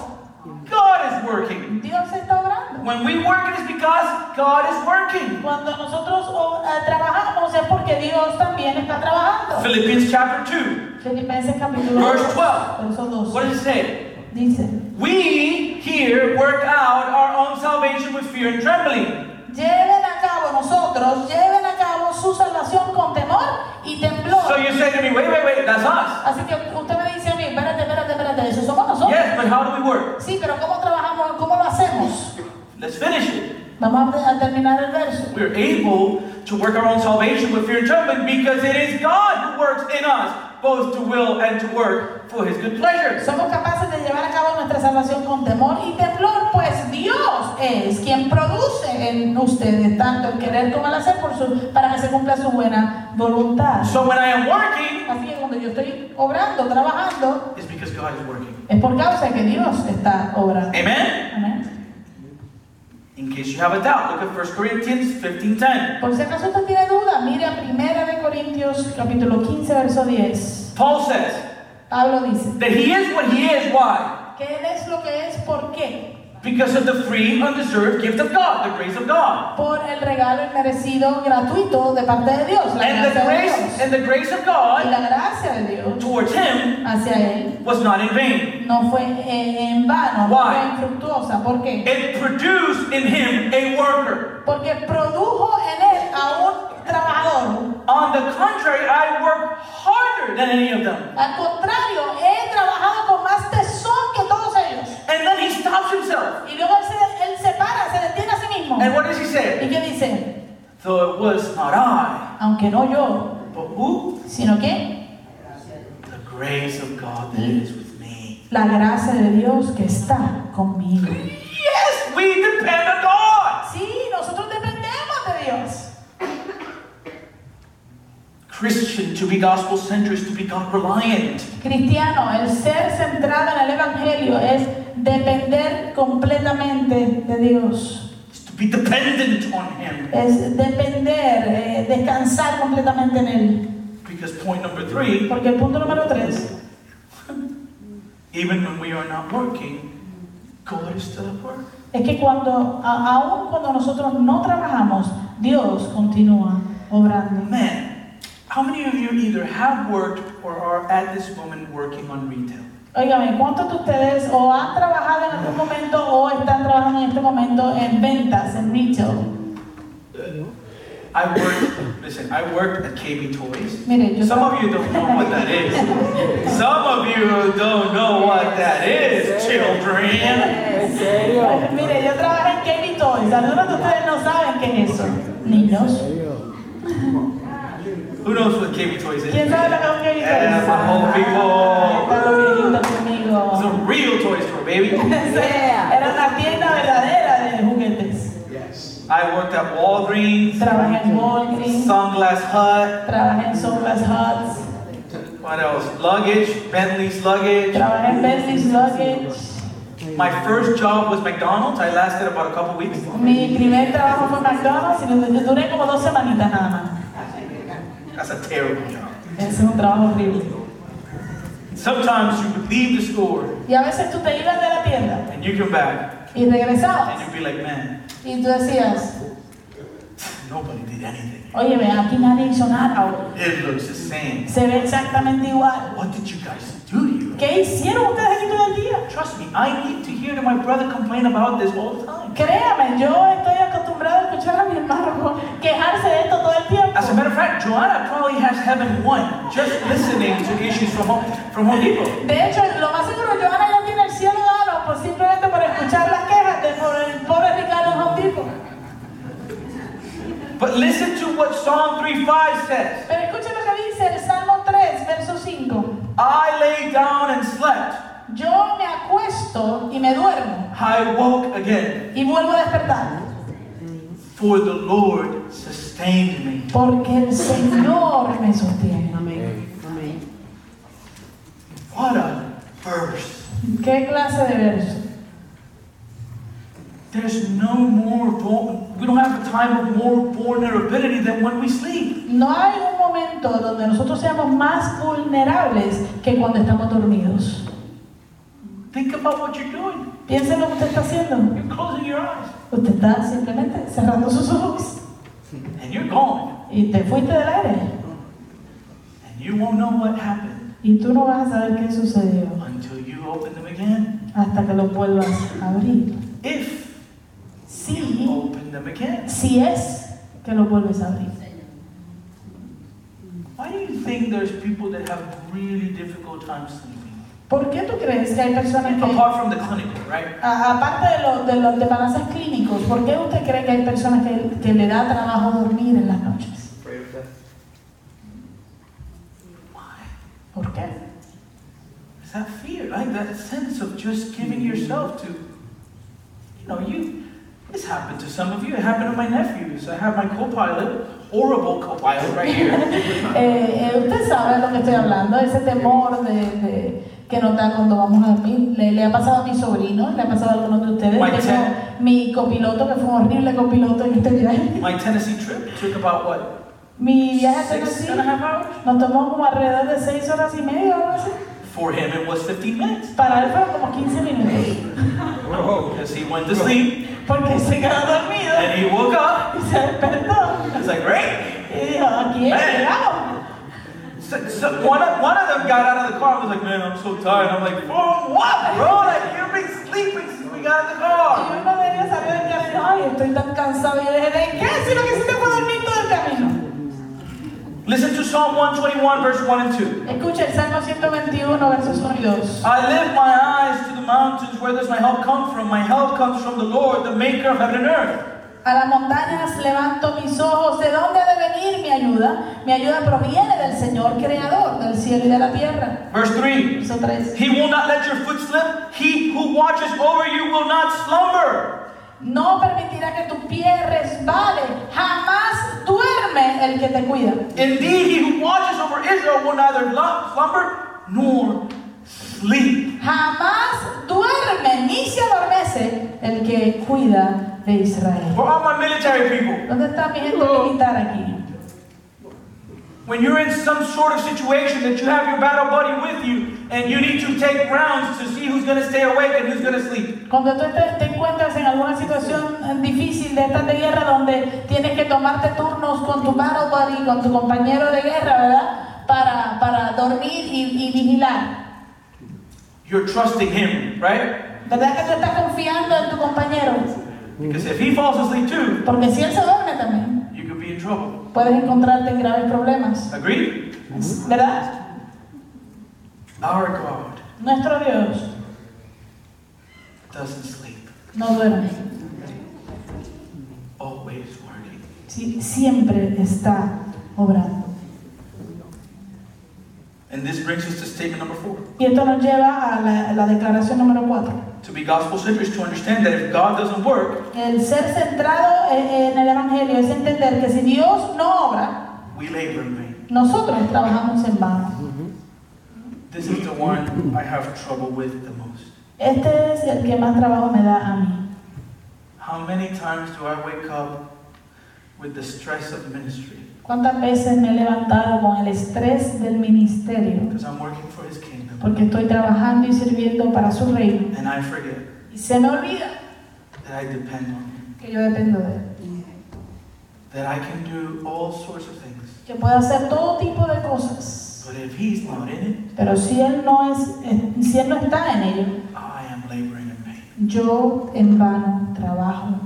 Speaker 1: God is working.
Speaker 2: Dios está orando.
Speaker 1: When we work, it is because God is working.
Speaker 2: Cuando nosotros o- eh, trabajamos es porque Dios también está trabajando.
Speaker 1: Philippians chapter 2,
Speaker 2: Filipenses capítulo
Speaker 1: Verse
Speaker 2: 2,
Speaker 1: 12.
Speaker 2: verso
Speaker 1: what
Speaker 2: 12,
Speaker 1: does it say?
Speaker 2: dice,
Speaker 1: We here work out our own salvation with fear and trembling.
Speaker 2: lleven a cabo nosotros, lleven a cabo su salvación con temor y
Speaker 1: So
Speaker 2: temblor.
Speaker 1: you say to me, wait, wait, wait, that's us.
Speaker 2: Así que usted me dice a mí, espérate, espérate, espérate, eso somos nosotros.
Speaker 1: Yes, but how do we work?
Speaker 2: Sí, pero ¿cómo trabajamos? ¿Cómo lo hacemos?
Speaker 1: Let's finish it.
Speaker 2: Vamos a a terminar el verso.
Speaker 1: We're able to work our own salvation with fear and trembling because it is God who works in us both to will and to work for his good pleasure.
Speaker 2: Somos capaces de llevar a cabo nuestra salvación con temor y temblor, pues Dios es quien produce en ustedes tanto el querer como el hacer por su, para que se cumpla su buena voluntad.
Speaker 1: So when I am working,
Speaker 2: Así que cuando yo estoy obrando, trabajando,
Speaker 1: it's because God is working.
Speaker 2: es por causa de que Dios está obrando.
Speaker 1: Amen?
Speaker 2: Amén.
Speaker 1: In case you have a doubt, look at 1 Corinthians 15.10.
Speaker 2: Por si acaso usted tiene duda, mire a 1 Corintios capítulo 15, verso 10.
Speaker 1: Paul says
Speaker 2: Pablo dice,
Speaker 1: that he is what he is. Why?
Speaker 2: ¿qué él es lo que es? ¿Por qué?
Speaker 1: Because of the free, undeserved gift of God, the grace of God.
Speaker 2: Por el regalo inmerecido gratuito de parte de Dios. La
Speaker 1: And the
Speaker 2: gracia de
Speaker 1: grace
Speaker 2: Dios.
Speaker 1: and the grace of
Speaker 2: Y
Speaker 1: God
Speaker 2: la gracia de Dios
Speaker 1: towards him
Speaker 2: hacia él
Speaker 1: was not in vain.
Speaker 2: no fue eh, en vano, no
Speaker 1: Why?
Speaker 2: fue infructuosa. ¿Por qué?
Speaker 1: It produced in him a worker.
Speaker 2: Porque produjo en él a un trabajador.
Speaker 1: On the contrary, I worked harder than any of them.
Speaker 2: Al contrario, he trabajado con más tesón que todos ellos.
Speaker 1: And then he stops himself.
Speaker 2: Y luego él se, él se para, se detiene a sí mismo.
Speaker 1: And what does he say?
Speaker 2: ¿Y qué dice?
Speaker 1: Though it was not I,
Speaker 2: Aunque no yo,
Speaker 1: but who?
Speaker 2: sino que
Speaker 1: The grace of God that is with me.
Speaker 2: la gracia de Dios que está conmigo.
Speaker 1: Yes, we depend on God.
Speaker 2: Sí, nosotros dependemos de Dios.
Speaker 1: Christian, to be gospel centered is to be God reliant.
Speaker 2: Cristiano, el ser centrado en el Evangelio es depender completamente de Dios.
Speaker 1: It's to be dependent on Him.
Speaker 2: Es depender, eh, descansar completamente en Él.
Speaker 1: Because point number three,
Speaker 2: Porque el punto número tres,
Speaker 1: even when we are not working, God is still at work.
Speaker 2: es que cuando, a- aun cuando nosotros no trabajamos, Dios continúa obrando.
Speaker 1: Man, how many of you either have worked or are at this moment working on retail?
Speaker 2: Óigame, ¿cuántos de ustedes o han trabajado en algún momento o están trabajando en este momento en ventas, en retail?
Speaker 1: I worked, listen, I worked at KB Toys.
Speaker 2: Mire, yo
Speaker 1: Some of you don't know what that is. Some of you don't know what that is, children.
Speaker 3: ¿En serio?
Speaker 2: Ay, Mire, yo trabajé en Kenny Toys. Algunos de ustedes no saben qué es eso. Niños.
Speaker 1: Who knows what KB Toys is?
Speaker 2: ¿Quién sabe lo que es un Kenny Toys?
Speaker 1: Yeah, my whole
Speaker 2: Ah,
Speaker 1: people.
Speaker 2: Están los
Speaker 1: It's a
Speaker 2: viejitos conmigo.
Speaker 1: real toy store, baby.
Speaker 2: Sí, Era una tienda verdadera de juguetes.
Speaker 1: I worked at Walgreens,
Speaker 2: Trabajé en Walgreens,
Speaker 1: Sunglass Hut,
Speaker 2: trabajé en Sunglass Huts,
Speaker 1: what else? Luggage, Bentley's Luggage.
Speaker 2: trabajé en Bentley's Luggage.
Speaker 1: My first job was McDonald's. I lasted about a couple weeks.
Speaker 2: Mi primer trabajo fue en McDonald's y lo- duré como dos semanitas nada más.
Speaker 1: That's a terrible job.
Speaker 2: Ese es un trabajo horrible.
Speaker 1: Sometimes you would leave the store
Speaker 2: Y a veces tú te ibas de la tienda
Speaker 1: and you come back
Speaker 2: y
Speaker 1: and
Speaker 2: regresabas
Speaker 1: you'd be like, man,
Speaker 2: y tú decías,
Speaker 1: nobody did anything.
Speaker 2: Oye, ve, aquí nadie hizo nada. o-
Speaker 1: It looks the same.
Speaker 2: Se ve exactamente igual.
Speaker 1: What did you guys do to you?
Speaker 2: ¿Qué hicieron ustedes aquí todo el día?
Speaker 1: Trust me, I need to hear my brother complain about this all the time.
Speaker 2: Créame, yo estoy acostumbrado a escuchar a mi hermano quejarse de esto todo el tiempo.
Speaker 1: As a matter of fact, Joanna probably has heaven one just listening to issues from home, from Home Depot.
Speaker 2: De hecho, lo más seguro, Johanna ya tiene el cielo dado por simplemente por escuchar las quejas de por el pobre Ricardo Jondipo.
Speaker 1: But listen to what Psalm 3.5 says.
Speaker 2: Pero escucha lo que dice el Salmo 3, verso 5.
Speaker 1: I lay down and slept.
Speaker 2: Yo me acuesto y me duermo
Speaker 1: I woke again.
Speaker 2: y vuelvo a despertar.
Speaker 1: For the Lord sustained me.
Speaker 2: Porque el Señor me sostiene.
Speaker 4: Amén. Amén.
Speaker 1: What a verse.
Speaker 2: ¿Qué clase de verso?
Speaker 1: There's no more, vul- we don't have a time of more vulnerability than when we sleep.
Speaker 2: No hay un momento donde nosotros seamos más vulnerables que cuando estamos dormidos.
Speaker 1: Think about what you're doing.
Speaker 2: Piensen lo que usted está haciendo.
Speaker 1: You're closing your eyes
Speaker 2: Usted está simplemente cerrando sus ojos
Speaker 1: and you're gone.
Speaker 2: y te fuiste del aire.
Speaker 1: And you won't know what happened
Speaker 2: Y tú no vas a saber qué sucedió
Speaker 1: until you open them again.
Speaker 2: hasta que lo vuelvas a abrir.
Speaker 1: If you
Speaker 2: Sí,
Speaker 1: open them again.
Speaker 2: sí es que lo vuelves a abrir.
Speaker 1: Why do you think there's people that have really difficult time sleeping?
Speaker 2: ¿Por qué tú crees que hay personas que,
Speaker 1: apart from the clinical, right?
Speaker 2: a- aparte de, los de los desbalances clínicos, ¿por qué usted cree que hay personas que, que le da trabajo dormir en las noches?
Speaker 3: Afraid of death.
Speaker 2: ¿Por qué?
Speaker 1: It's that fear, like that sense of just giving yourself to, you know, you. This happened to some of you. It happened to my nephews. I have my co-pilot, horrible co-pilot right here.
Speaker 2: Eh, eh, usted sabe de lo que estoy hablando, ese temor de, de- que nos da cuando vamos a dormir. Le, le ha pasado a mi sobrino, le ha pasado a algunos de ustedes.
Speaker 1: Guay,
Speaker 2: Tengo
Speaker 1: sí.
Speaker 2: mi copiloto, que fue un horrible copiloto en este viaje.
Speaker 1: My Tennessee trip took about what
Speaker 2: Mi viaje a
Speaker 1: six and a
Speaker 2: Tennessee
Speaker 1: half hours
Speaker 2: nos tomó como alrededor de 6 horas y media, algo así.
Speaker 1: for him. It was 15 minutes
Speaker 2: Para él fueron como 15 minutos.
Speaker 3: Whoa.
Speaker 1: because he went to sleep
Speaker 2: Porque se quedó dormido
Speaker 1: and he woke up.
Speaker 2: y se despertó.
Speaker 1: It's like great.
Speaker 2: Y dijo, aquí he
Speaker 1: Man.
Speaker 2: llegado.
Speaker 1: So, so one, of, one of them got out of the car and was like, "Man, I'm so tired." I'm like, "For what, bro? Like you've been sleeping since we got in the car."
Speaker 2: Y uno de ellos salió del carro y dijo, ay, estoy tan cansado. Y yo dije, ¿de qué? Si lo que hiciste fue dormir todo el camino.
Speaker 1: Listen to Psalm 121, verse 1 and 2.
Speaker 2: Escucha el Salmo 121, versos 1 y 2.
Speaker 1: I lift my eyes to the mountains. Where does my help come from? My help comes from the Lord, the maker of heaven and earth.
Speaker 2: A las montañas levanto mis ojos. ¿De dónde ha de venir mi ayuda? Mi ayuda proviene del Señor, creador del cielo y de la tierra.
Speaker 1: Verse 3
Speaker 2: Verso 3.
Speaker 1: He will not let your foot slip. He who watches over you will not slumber.
Speaker 2: No permitirá que tu pie resbale. Jamás duerme el que te cuida.
Speaker 1: Indeed, he who watches over Israel will neither lo- slumber nor sleep.
Speaker 2: Jamás duerme ni se adormece el que cuida de Israel.
Speaker 1: For all my military people,
Speaker 2: ¿Dónde está mi gente militar aquí?
Speaker 1: when you're in some sort of situation that you have your battle buddy with you and you need to take rounds to see who's going to stay awake and who's going to sleep.
Speaker 2: Cuando tú te, te encuentras en alguna situación difícil de estas de guerra donde tienes que tomarte turnos con tu battle buddy, con tu compañero de guerra, ¿verdad? Para, para dormir y, y vigilar.
Speaker 1: You're trusting him, right?
Speaker 2: ¿Verdad que tú estás confiando en tu compañero?
Speaker 1: Because if he falls asleep too,
Speaker 2: Porque si él se duerme también,
Speaker 1: you could be in trouble.
Speaker 2: puedes encontrarte en graves problemas.
Speaker 1: Agreed?
Speaker 2: ¿Verdad?
Speaker 1: Our God
Speaker 2: Nuestro Dios
Speaker 1: doesn't sleep,
Speaker 2: no duerme.
Speaker 1: always working.
Speaker 2: Sí, siempre está obrando.
Speaker 1: And this brings us to statement number four.
Speaker 2: Y esto nos lleva a la, la declaración número 4.
Speaker 1: To be gospel centered is to understand that if God doesn't work,
Speaker 2: El ser centrado e-, en en el Evangelio es entender que si Dios no obra,
Speaker 1: we labor in vain.
Speaker 2: nosotros trabajamos en vano.
Speaker 1: This is the one I have trouble with the most.
Speaker 2: Este es el que más trabajo me da a mí.
Speaker 1: How many times do I wake up with the stress of ministry?
Speaker 2: ¿Cuántas veces me he levantado con el estrés del ministerio?
Speaker 1: Because I'm working for His kingdom.
Speaker 2: Porque estoy trabajando y sirviendo para su reino.
Speaker 1: And I forget
Speaker 2: Y se me olvida
Speaker 1: that I depend on Him,
Speaker 2: que yo dependo de él.
Speaker 1: that I can do all sorts of things.
Speaker 2: Que puedo hacer todo tipo de cosas.
Speaker 1: But if He's not in
Speaker 2: Pero si él no, es, eh, si él no está en ello,
Speaker 1: it, I am laboring in vain.
Speaker 2: Yo en vano trabajo.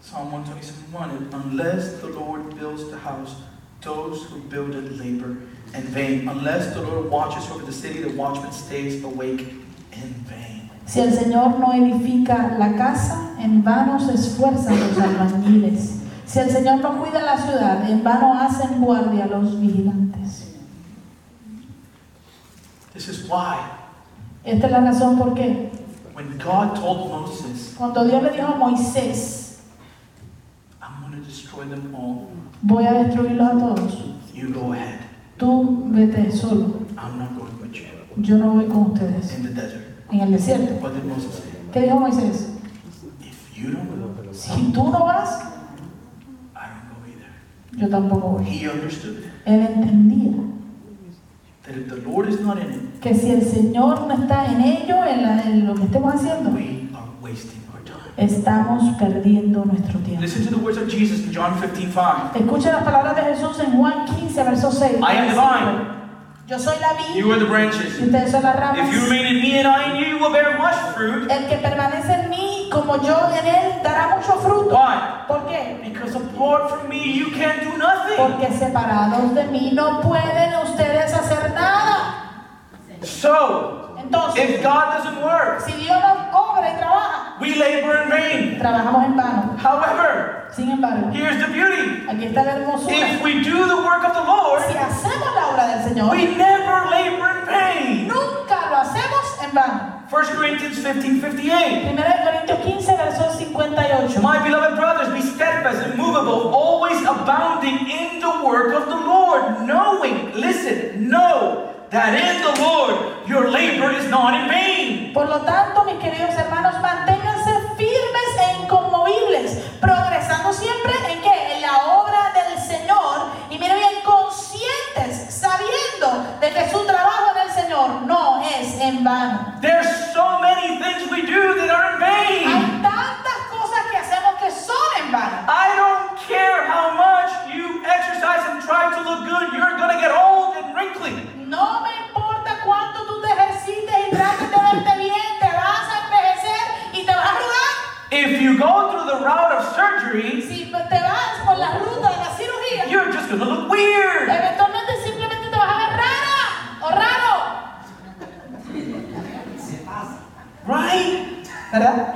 Speaker 1: Psalm 127 1 Unless the Lord builds the house, those who build it labor in vain. Unless the Lord watches over the city, the watchman stays awake in vain.
Speaker 2: Si el Señor no edifica la casa, en vano se esfuerzan los albañiles. Si el Señor no cuida la ciudad, en vano hacen guardia los vigilantes.
Speaker 1: This is why,
Speaker 2: Esta es la razón por qué.
Speaker 1: when God told Moses,
Speaker 2: Cuando Dios le dijo a Moisés,
Speaker 1: I'm going to destroy them all,
Speaker 2: voy a destruirlos a todos,
Speaker 1: you go ahead.
Speaker 2: tú vete solo,
Speaker 1: I'm not going with you
Speaker 2: yo no voy con ustedes
Speaker 1: in the desert.
Speaker 2: en el desierto.
Speaker 1: What did Moses say?
Speaker 2: ¿Qué dijo Moisés?
Speaker 1: If you don't go,
Speaker 2: Si tú no vas,
Speaker 1: I don't go either.
Speaker 2: yo tampoco voy.
Speaker 1: He understood
Speaker 2: Él entendía
Speaker 1: that if the Lord is not in it,
Speaker 2: que si el Señor no está en ello, en, la- en lo que estemos haciendo,
Speaker 1: we are wasting our time.
Speaker 2: estamos perdiendo nuestro tiempo.
Speaker 1: Listen to the words of Jesus in John 15 5.
Speaker 2: Escucha las palabras de Jesús en Juan 15, verso 6.
Speaker 1: I am the vine.
Speaker 2: Yo soy la
Speaker 1: You
Speaker 2: vid
Speaker 1: are the
Speaker 2: y
Speaker 1: branches.
Speaker 2: ustedes son las ramas.
Speaker 1: If you remain in me and I in you, you will bear much fruit.
Speaker 2: El que permanece en mí, como yo en él, dará mucho fruto.
Speaker 1: Why?
Speaker 2: ¿Por qué?
Speaker 1: Because apart from me, you can't do nothing.
Speaker 2: Porque separados de mí no pueden ustedes hacer nada.
Speaker 1: So,
Speaker 2: Entonces,
Speaker 1: if God doesn't work,
Speaker 2: si Dios no obra y trabaja,
Speaker 1: we labor in vain.
Speaker 2: trabajamos en vano.
Speaker 1: However,
Speaker 2: Sin embargo,
Speaker 1: here's the beauty.
Speaker 2: aquí está la hermosura.
Speaker 1: If we do the work of the Lord,
Speaker 2: Si hacemos la obra del Señor,
Speaker 1: we never labor in vain.
Speaker 2: nunca lo hacemos en vano.
Speaker 1: 1 Corinthians 15 58.
Speaker 2: 1 Corintios 15, verso 58.
Speaker 1: My beloved brothers, be steadfast, immovable, always abounding in the work of the Lord, knowing, listen, know that in the Lord your labor is not in vain.
Speaker 2: Por lo tanto, mis queridos hermanos, manténganse firmes e inconmovibles, progresando siempre en qué? En la obra del Señor y miren bien, conscientes, sabiendo de que su trabajo en el Señor no es en vano.
Speaker 1: There's so many things we do that are in vain.
Speaker 2: Hay tantas cosas que hacemos que son en vano.
Speaker 1: I don't care how much you exercise and try to look good, you're gonna get old and wrinkly.
Speaker 2: No me importa cuánto tú te ejercites y trates de verte bien, te vas a envejecer y te vas a arrugar.
Speaker 1: If you go through the route of surgery,
Speaker 2: Si te vas por la ruta de la cirugía,
Speaker 1: you're just gonna look weird.
Speaker 2: Eventualmente simplemente te vas a ver rara o raro.
Speaker 1: Right?
Speaker 2: ¿Verdad?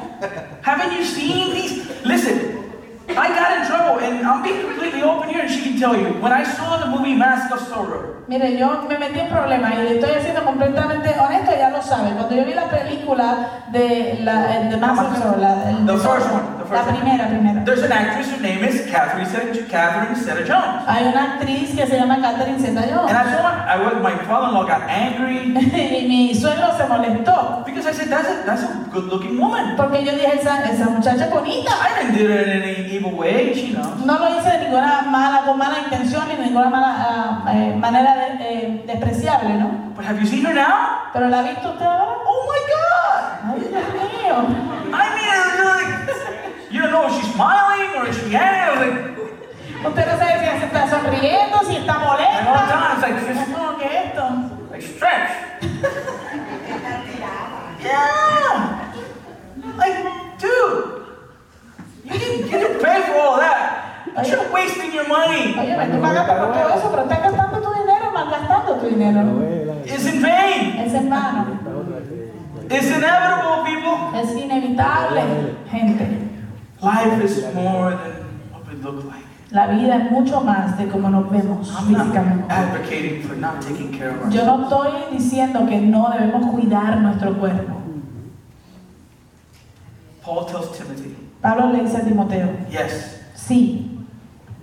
Speaker 1: Haven't you seen these? Listen, I got in trouble, and I'm being completely open here, and she can tell you. When I saw the movie Mask of Sorrow,
Speaker 2: Mire, yo me metí en problemas y estoy siendo completamente honesto, ya lo saben. Cuando yo vi la película de la de Massacre, la, el-
Speaker 1: The first one, the first
Speaker 2: la
Speaker 1: one.
Speaker 2: primera, primera.
Speaker 1: there's an actress whose name is Catherine Zeta, Catherine Zeta Jones.
Speaker 2: Hay una actriz que se llama Catherine
Speaker 1: And
Speaker 2: Zeta-Jones
Speaker 1: I saw it, I was, my father in law got angry
Speaker 2: y mi suegro se molestó
Speaker 1: because I said, That's a, that's a good looking woman.
Speaker 2: porque yo dije esa esa muchacha es bonita.
Speaker 1: I didn't do it in any evil way, she knows.
Speaker 2: No lo hice de ninguna mala con mala intención ni de ninguna mala ah, eh, manera de- eh, despreciable, ¿no?
Speaker 1: But have you seen her now?
Speaker 2: ¿Pero la ha visto usted ahora? ¡Oh, my God! ¡Ay, Dios mío!
Speaker 1: I mean, it's like, you don't know if she's smiling or if she's angry. Like,
Speaker 2: Usted no sabe si se está sonriendo, si está
Speaker 1: and all the
Speaker 2: molesta.
Speaker 1: time, it's like, just,
Speaker 2: No, ¿qué es esto?
Speaker 1: like stretch. Yeah! Like, dude, you didn't, you didn't pay for all that. You're wasting your money.
Speaker 2: Oye, tú pagaste por todo eso, pero estás gastando tu dinero, malgastando tu dinero.
Speaker 1: It's in vain.
Speaker 2: Es hermano,
Speaker 1: It's inevitable, people.
Speaker 2: es inevitable, gente.
Speaker 1: Life is more than what we look like.
Speaker 2: La vida es mucho más de cómo nos vemos
Speaker 1: I'm not
Speaker 2: físicamente.
Speaker 1: advocating for not taking care of
Speaker 2: Yo
Speaker 1: ourselves.
Speaker 2: no estoy diciendo que no debemos cuidar nuestro cuerpo.
Speaker 1: Paul tells Timothy,
Speaker 2: Pablo le dice a Timoteo,
Speaker 1: yes,
Speaker 2: sí,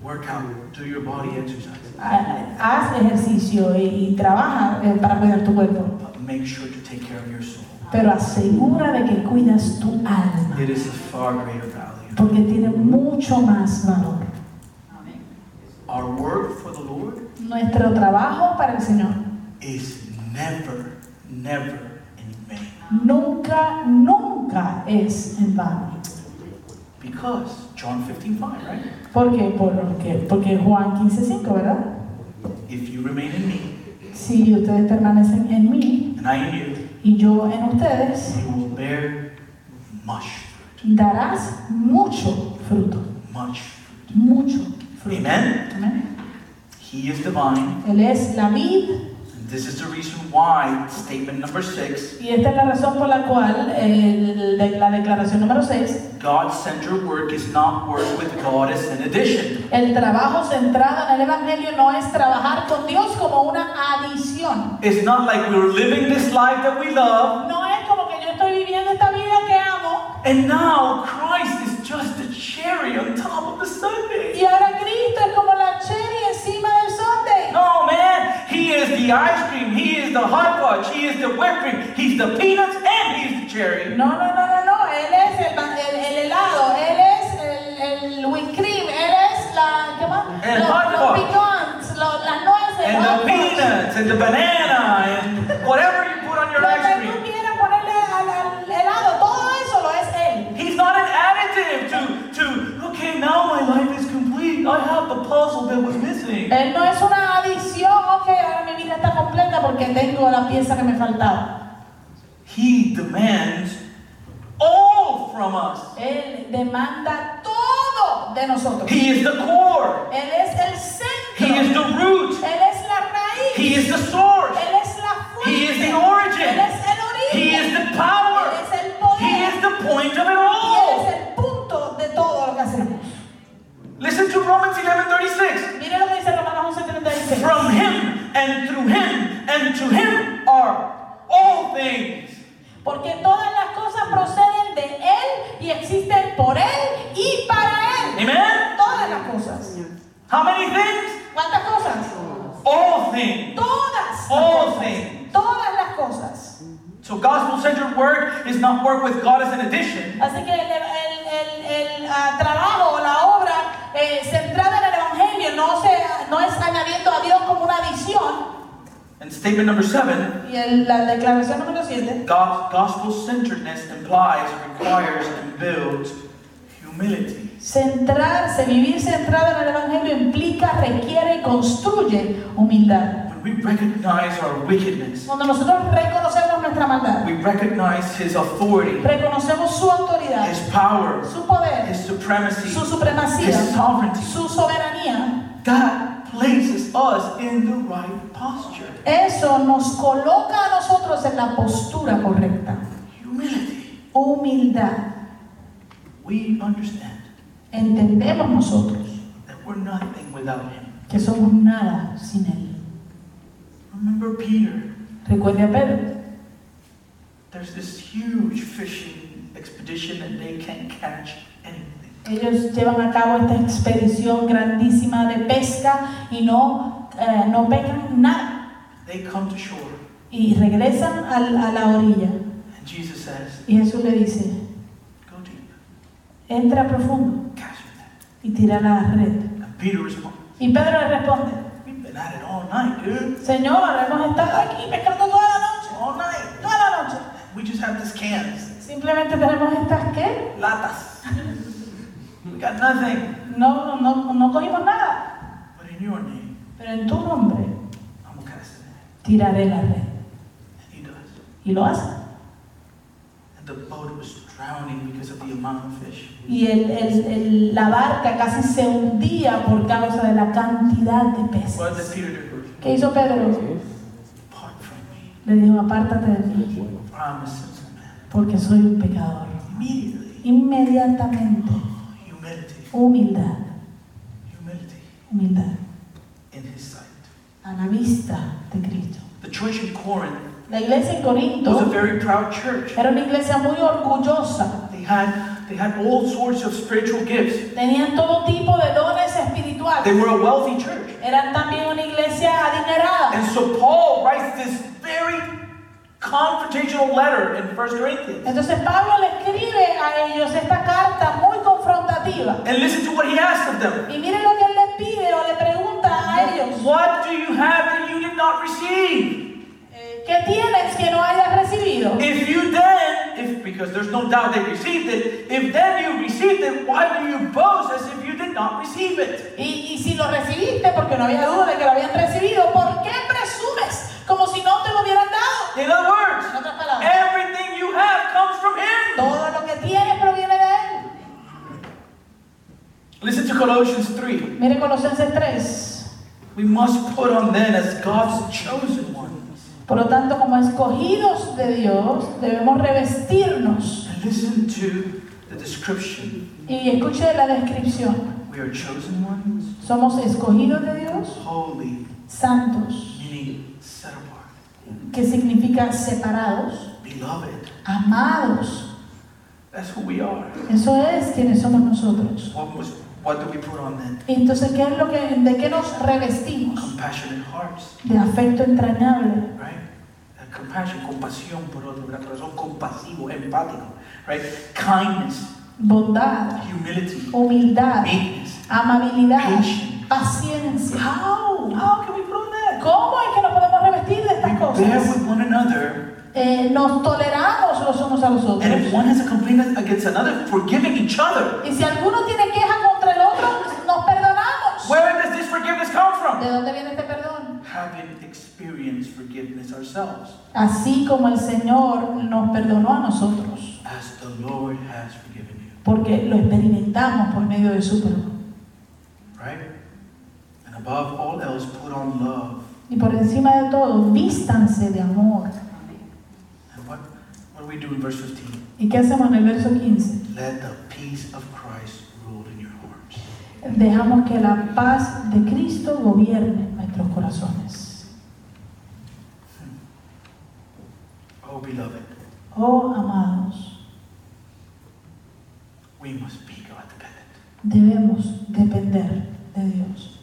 Speaker 1: work out, do your body exercise,
Speaker 2: ha- haz ejercicio y, y trabaja eh, para cuidar tu cuerpo.
Speaker 1: but make sure to take care of your soul.
Speaker 2: pero asegura de que cuidas tu alma,
Speaker 1: It is of far greater value.
Speaker 2: porque tiene mucho más valor.
Speaker 1: Our work for the Lord
Speaker 2: Nuestro trabajo para el Señor
Speaker 1: is never, never in vain.
Speaker 2: nunca, nunca es en vano.
Speaker 1: Because John 15, 5, right?
Speaker 2: ¿Por qué? Por lo que- Porque Juan 15.5, ¿verdad?
Speaker 1: If you remain in me
Speaker 2: Si ustedes permanecen en mí
Speaker 1: and I in you,
Speaker 2: y yo en ustedes,
Speaker 1: you will bear much fruit.
Speaker 2: darás mucho fruto,
Speaker 1: Much.
Speaker 2: mucho fruto.
Speaker 1: Amen.
Speaker 2: Amén.
Speaker 1: He is divine.
Speaker 2: Él es la vid
Speaker 1: And this is the reason why statement number six
Speaker 2: y esta es la razón por la cual eh, de- la declaración número 6
Speaker 1: God centered work is not work with God as an addition.
Speaker 2: El trabajo centrado en el Evangelio no es trabajar con Dios como una adición.
Speaker 1: It's not like we're living this life that we love
Speaker 2: No es como que yo estoy viviendo esta vida que amo
Speaker 1: and now Christ is just the cherry on top of the Sunday.
Speaker 2: y ahora Cristo es como la cherry encima del sundae.
Speaker 1: No, man. He is the ice cream. He is the hot fudge. He is the whipped cream. He's the peanuts and he's the cherry.
Speaker 2: No, no, no, no, no. Él es el, ba- el- el helado, él es el, el whipped cream, él es la. ¿Qué más?
Speaker 1: El
Speaker 2: los,
Speaker 1: hot
Speaker 2: los
Speaker 1: dog.
Speaker 2: pecans, lo- las nueces.
Speaker 1: and
Speaker 2: hot
Speaker 1: the
Speaker 2: dogs.
Speaker 1: peanuts and the banana and whatever you put on your
Speaker 2: Lo
Speaker 1: ice
Speaker 2: que tú
Speaker 1: cream.
Speaker 2: quieras ponerle al, al helado, todo eso lo es él.
Speaker 1: He's not an additive to, to, okay, now my life is complete. I have the puzzle that was missing.
Speaker 2: Él Eh, no es una adición, ok, ahora mi vida está completa porque tengo la pieza que me faltaba.
Speaker 1: He demands all from us.
Speaker 2: Él demanda todo de nosotros.
Speaker 1: He is the core.
Speaker 2: Él es el
Speaker 1: He
Speaker 2: centro.
Speaker 1: is the root.
Speaker 2: Él es la raíz.
Speaker 1: He is the source.
Speaker 2: Él es la fuente.
Speaker 1: He is the origin. point of it
Speaker 2: Y
Speaker 1: all.
Speaker 2: es el punto de todo lo que hacemos.
Speaker 1: Listen to Romans 11:36.
Speaker 2: Mire lo que dice Romanos 11:36.
Speaker 1: From him and through him and to him are all things.
Speaker 2: Porque todas las cosas proceden de Él y existen por Él y para Él.
Speaker 1: Amen.
Speaker 2: Todas las cosas.
Speaker 1: How many things?
Speaker 2: ¿Cuántas cosas?
Speaker 1: All things.
Speaker 2: Todas. las
Speaker 1: All
Speaker 2: cosas.
Speaker 1: things.
Speaker 2: Todas las cosas.
Speaker 1: So gospel-centered work is not work with God as an addition.
Speaker 2: Así que el, el- el- el, ah, trabajo o la obra eh, centrada en el Evangelio no, se, no es añadiendo a Dios como una visión.
Speaker 1: And statement number seven,
Speaker 2: Y el- la declaración número 7.
Speaker 1: God, gospel-centeredness implies, requires, and builds humility.
Speaker 2: Centrarse, vivir centrado en el Evangelio implica, requiere y construye humildad.
Speaker 1: When we recognize our wickedness,
Speaker 2: Cuando nosotros reconocemos nuestra maldad,
Speaker 1: we recognize His authority,
Speaker 2: reconocemos su autoridad,
Speaker 1: His power,
Speaker 2: su poder,
Speaker 1: His supremacy,
Speaker 2: su supremacía,
Speaker 1: His sovereignty.
Speaker 2: su soberanía,
Speaker 1: That places us in the right posture.
Speaker 2: eso nos coloca a nosotros en la postura correcta.
Speaker 1: Humility.
Speaker 2: Humildad.
Speaker 1: We understand
Speaker 2: Entendemos nosotros
Speaker 1: that we're nothing without Him.
Speaker 2: que somos nada sin Él.
Speaker 1: Remember Peter.
Speaker 2: Recuerde a Pedro.
Speaker 1: There's this huge fishing expedition and they can't catch anything.
Speaker 2: Ellos llevan a cabo esta expedición grandísima de pesca y no, eh, no pescan nada.
Speaker 1: They come to shore
Speaker 2: Y regresan al- a la orilla.
Speaker 1: and Jesus says,
Speaker 2: Y Jesús le dice,
Speaker 1: Go deep,
Speaker 2: entra profundo
Speaker 1: catch it.
Speaker 2: y tira la red.
Speaker 1: And Peter responds,
Speaker 2: Y Pedro le responde,
Speaker 1: We've been at it all night, dude.
Speaker 2: Señor, hemos estado aquí pescando toda la noche,
Speaker 1: All night.
Speaker 2: toda la noche.
Speaker 1: We just have these cans,
Speaker 2: Simplemente tenemos estas que
Speaker 1: latas. we got nothing.
Speaker 2: no, no, no cogimos nada.
Speaker 1: But in your name,
Speaker 2: Pero en tu nombre
Speaker 1: I'm going to cast it.
Speaker 2: tiraré la red.
Speaker 1: And he does.
Speaker 2: Y lo hace.
Speaker 1: And the boat was drowning because of the amount of fish.
Speaker 2: Y el- el- el- la barca casi se hundía por causa de la cantidad de
Speaker 1: What did
Speaker 2: peces.
Speaker 1: Peter do?
Speaker 2: ¿Qué hizo Pedro?
Speaker 1: Depart from me,
Speaker 2: Le dijo, apártate de mí,
Speaker 1: for I'm a sinful man.
Speaker 2: porque soy un pecador.
Speaker 1: Immediately,
Speaker 2: Inmediatamente,
Speaker 1: humility,
Speaker 2: humildad,
Speaker 1: humility
Speaker 2: humildad,
Speaker 1: in his sight.
Speaker 2: a la vista de Cristo.
Speaker 1: The church in Corinth
Speaker 2: La iglesia en
Speaker 1: was a
Speaker 2: Corinto
Speaker 1: very proud church.
Speaker 2: era una iglesia muy orgullosa.
Speaker 1: They had, they had all sorts of spiritual gifts.
Speaker 2: Tenían todo tipo de dones
Speaker 1: They
Speaker 2: espirituales.
Speaker 1: were a wealthy church.
Speaker 2: Eran también una iglesia adinerada.
Speaker 1: And so Paul writes this very confrontational letter in 1 Corinthians.
Speaker 2: Entonces Pablo le escribe a ellos esta carta muy confrontativa.
Speaker 1: And listen to what he asks of them.
Speaker 2: Y miren lo que él les pide o le pregunta a ellos.
Speaker 1: What do you have that you did not receive?
Speaker 2: eh, ¿Qué tienes que no hayas recibido?
Speaker 1: If you then, if because there's no doubt they received it, if then you received it, why do you boast as if you did not receive it?
Speaker 2: Y, y si lo recibiste, porque no había duda de que lo habían recibido, ¿por qué presumes como si no te lo hubieran dado?
Speaker 1: In other
Speaker 2: En
Speaker 1: words,
Speaker 2: otras palabras,
Speaker 1: everything you have comes from Him.
Speaker 2: todo lo que tienes proviene de él.
Speaker 1: Listen to Colossians 3.
Speaker 2: Mire Colosenses 3.
Speaker 1: We must put on then as God's chosen ones.
Speaker 2: Por lo tanto, como escogidos de Dios, debemos revestirnos.
Speaker 1: And listen to the description.
Speaker 2: Y escuche la descripción.
Speaker 1: We are chosen ones,
Speaker 2: Somos escogidos de Dios,
Speaker 1: holy,
Speaker 2: santos,
Speaker 1: meaning set apart,
Speaker 2: que significa separados,
Speaker 1: beloved.
Speaker 2: amados.
Speaker 1: That's who we are.
Speaker 2: Eso es quienes somos nosotros.
Speaker 1: What was what do we put on then?
Speaker 2: Entonces, ¿qué es lo que, ¿de qué nos revestimos?
Speaker 1: Compassionate hearts.
Speaker 2: De afecto entrañable.
Speaker 1: right? Uh, Compassion, compasión por otro, ¿verdad? Corazón compasivo, empático, right? Kindness,
Speaker 2: bondad,
Speaker 1: humility,
Speaker 2: humildad,
Speaker 1: meekness.
Speaker 2: amabilidad,
Speaker 1: Patience.
Speaker 2: paciencia.
Speaker 1: How? How can we put on that?
Speaker 2: ¿Cómo es que nos podemos revestir de estas
Speaker 1: We bear
Speaker 2: cosas?
Speaker 1: with one another,
Speaker 2: Eh, nos toleramos los unos a los
Speaker 1: and if
Speaker 2: otros.
Speaker 1: one has a complaint against another, forgiving each other.
Speaker 2: Y si alguno tiene queja contra el otro, nos perdonamos.
Speaker 1: Where does this forgiveness come from?
Speaker 2: ¿De dónde viene este perdón?
Speaker 1: Having experienced forgiveness ourselves,
Speaker 2: Así como el Señor nos perdonó a nosotros,
Speaker 1: as the Lord has forgiven you,
Speaker 2: porque lo experimentamos por medio de su perdón.
Speaker 1: right? And above all else, put on love.
Speaker 2: Y por encima de todo, vístanse de amor.
Speaker 1: And what, what do we do in verse 15?
Speaker 2: ¿Y qué hacemos en el verso 15?
Speaker 1: Let the peace of Christ rule in your hearts.
Speaker 2: Dejamos que la paz de Cristo gobierne nuestros corazones.
Speaker 1: Oh, beloved,
Speaker 2: Oh, amados,
Speaker 1: we must be God dependent.
Speaker 2: debemos depender de Dios.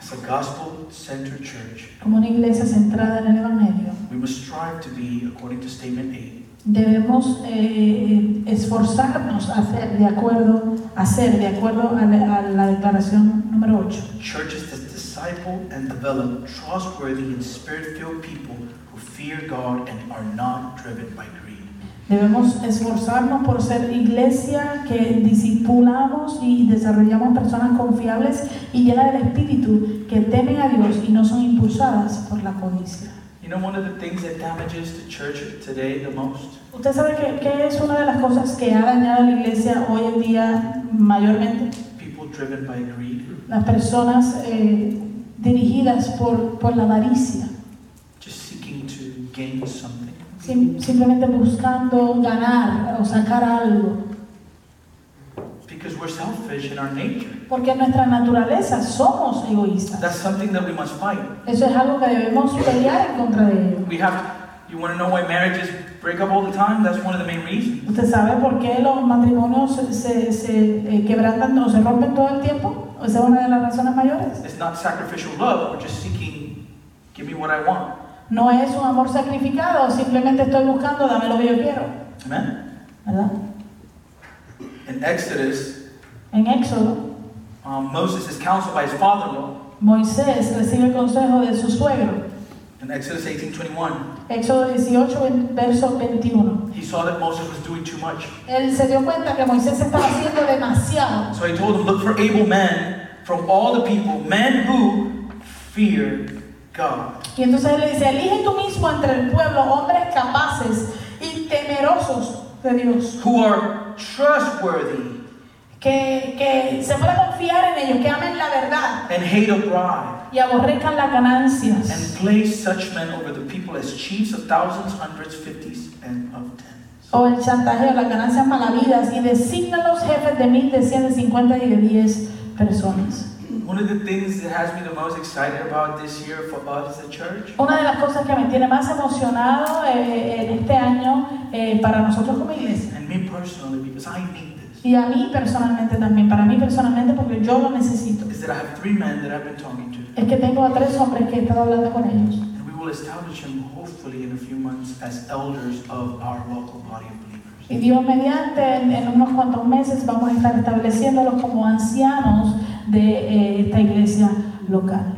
Speaker 1: As a gospel centered church,
Speaker 2: Como una iglesia centrada en el Evangelio,
Speaker 1: we must strive to be, according to statement 8,
Speaker 2: debemos eh, esforzarnos a hacer de acuerdo, a hacer de acuerdo a la, a la declaración número 8.
Speaker 1: churches that disciple and develop trustworthy and spirit filled people who fear God and are not driven by greed.
Speaker 2: Debemos esforzarnos por ser iglesia que discipulamos y desarrollamos personas confiables y llenas del Espíritu que temen a Dios y no son impulsadas por la codicia.
Speaker 1: You know, one of the things that damages the church today the most
Speaker 2: ¿Usted sabe qué, qué es una de las cosas que ha dañado a la iglesia hoy en día mayormente?
Speaker 1: people driven by greed
Speaker 2: Las personas eh, dirigidas por, por la avaricia,
Speaker 1: just seeking to gain something
Speaker 2: sim- simplemente buscando ganar o sacar algo,
Speaker 1: because we're selfish in our nature
Speaker 2: porque en nuestra naturaleza somos egoístas.
Speaker 1: that's something that we must fight
Speaker 2: Eso es algo que debemos pelear en contra de ello.
Speaker 1: we have you want to know why marriages break up all the time that's one of the main reasons
Speaker 2: ¿Usted sabe por qué los matrimonios se, se- se, eh, quebrantan o se rompen todo el tiempo? Esa es una de las razones mayores.
Speaker 1: it's not sacrificial love we're just seeking give me what i want
Speaker 2: No es un amor sacrificado, simplemente estoy buscando, dame lo que yo quiero.
Speaker 1: amen
Speaker 2: ¿Verdad?
Speaker 1: in exodus
Speaker 2: En Éxodo,
Speaker 1: um, moses is counseled by his father-in-law
Speaker 2: Moisés recibe el consejo de su suegro.
Speaker 1: in exodus 18.21
Speaker 2: Éxodo 18, ve- verso 21.
Speaker 1: he saw that moses was doing too much
Speaker 2: Él se dio cuenta que Moisés estaba haciendo demasiado.
Speaker 1: So he told him, Look for able men from all the people, men who fear God.
Speaker 2: Y entonces él le dice, elige tú mismo entre el pueblo hombres capaces y temerosos de Dios.
Speaker 1: Who are trustworthy
Speaker 2: que, que se pueda confiar en ellos, que amen la verdad
Speaker 1: and hate a bribe,
Speaker 2: y aborrezcan las
Speaker 1: and
Speaker 2: ganancias.
Speaker 1: place such men over the people as chiefs of thousands, hundreds, fifties, and of tens.
Speaker 2: O el chantaje o las ganancias malavidas y designan los jefes de mil, de cien, de cincuenta y de diez personas.
Speaker 1: One of the things that has me the most excited about this year for us, the church,
Speaker 2: Una de las cosas que me tiene más emocionado eh, en este año eh, para nosotros como iglesia,
Speaker 1: and me personally, because I need this,
Speaker 2: y a mí personalmente también, para mí personalmente porque yo lo necesito,
Speaker 1: is that I have three men that I've been talking to,
Speaker 2: es que tengo a tres hombres que he estado hablando con ellos.
Speaker 1: and we will establish them hopefully in a few months as elders of our local body of believers.
Speaker 2: Y Dios mediante, en, en unos cuantos meses vamos a estar estableciéndolos como ancianos de eh, esta iglesia local.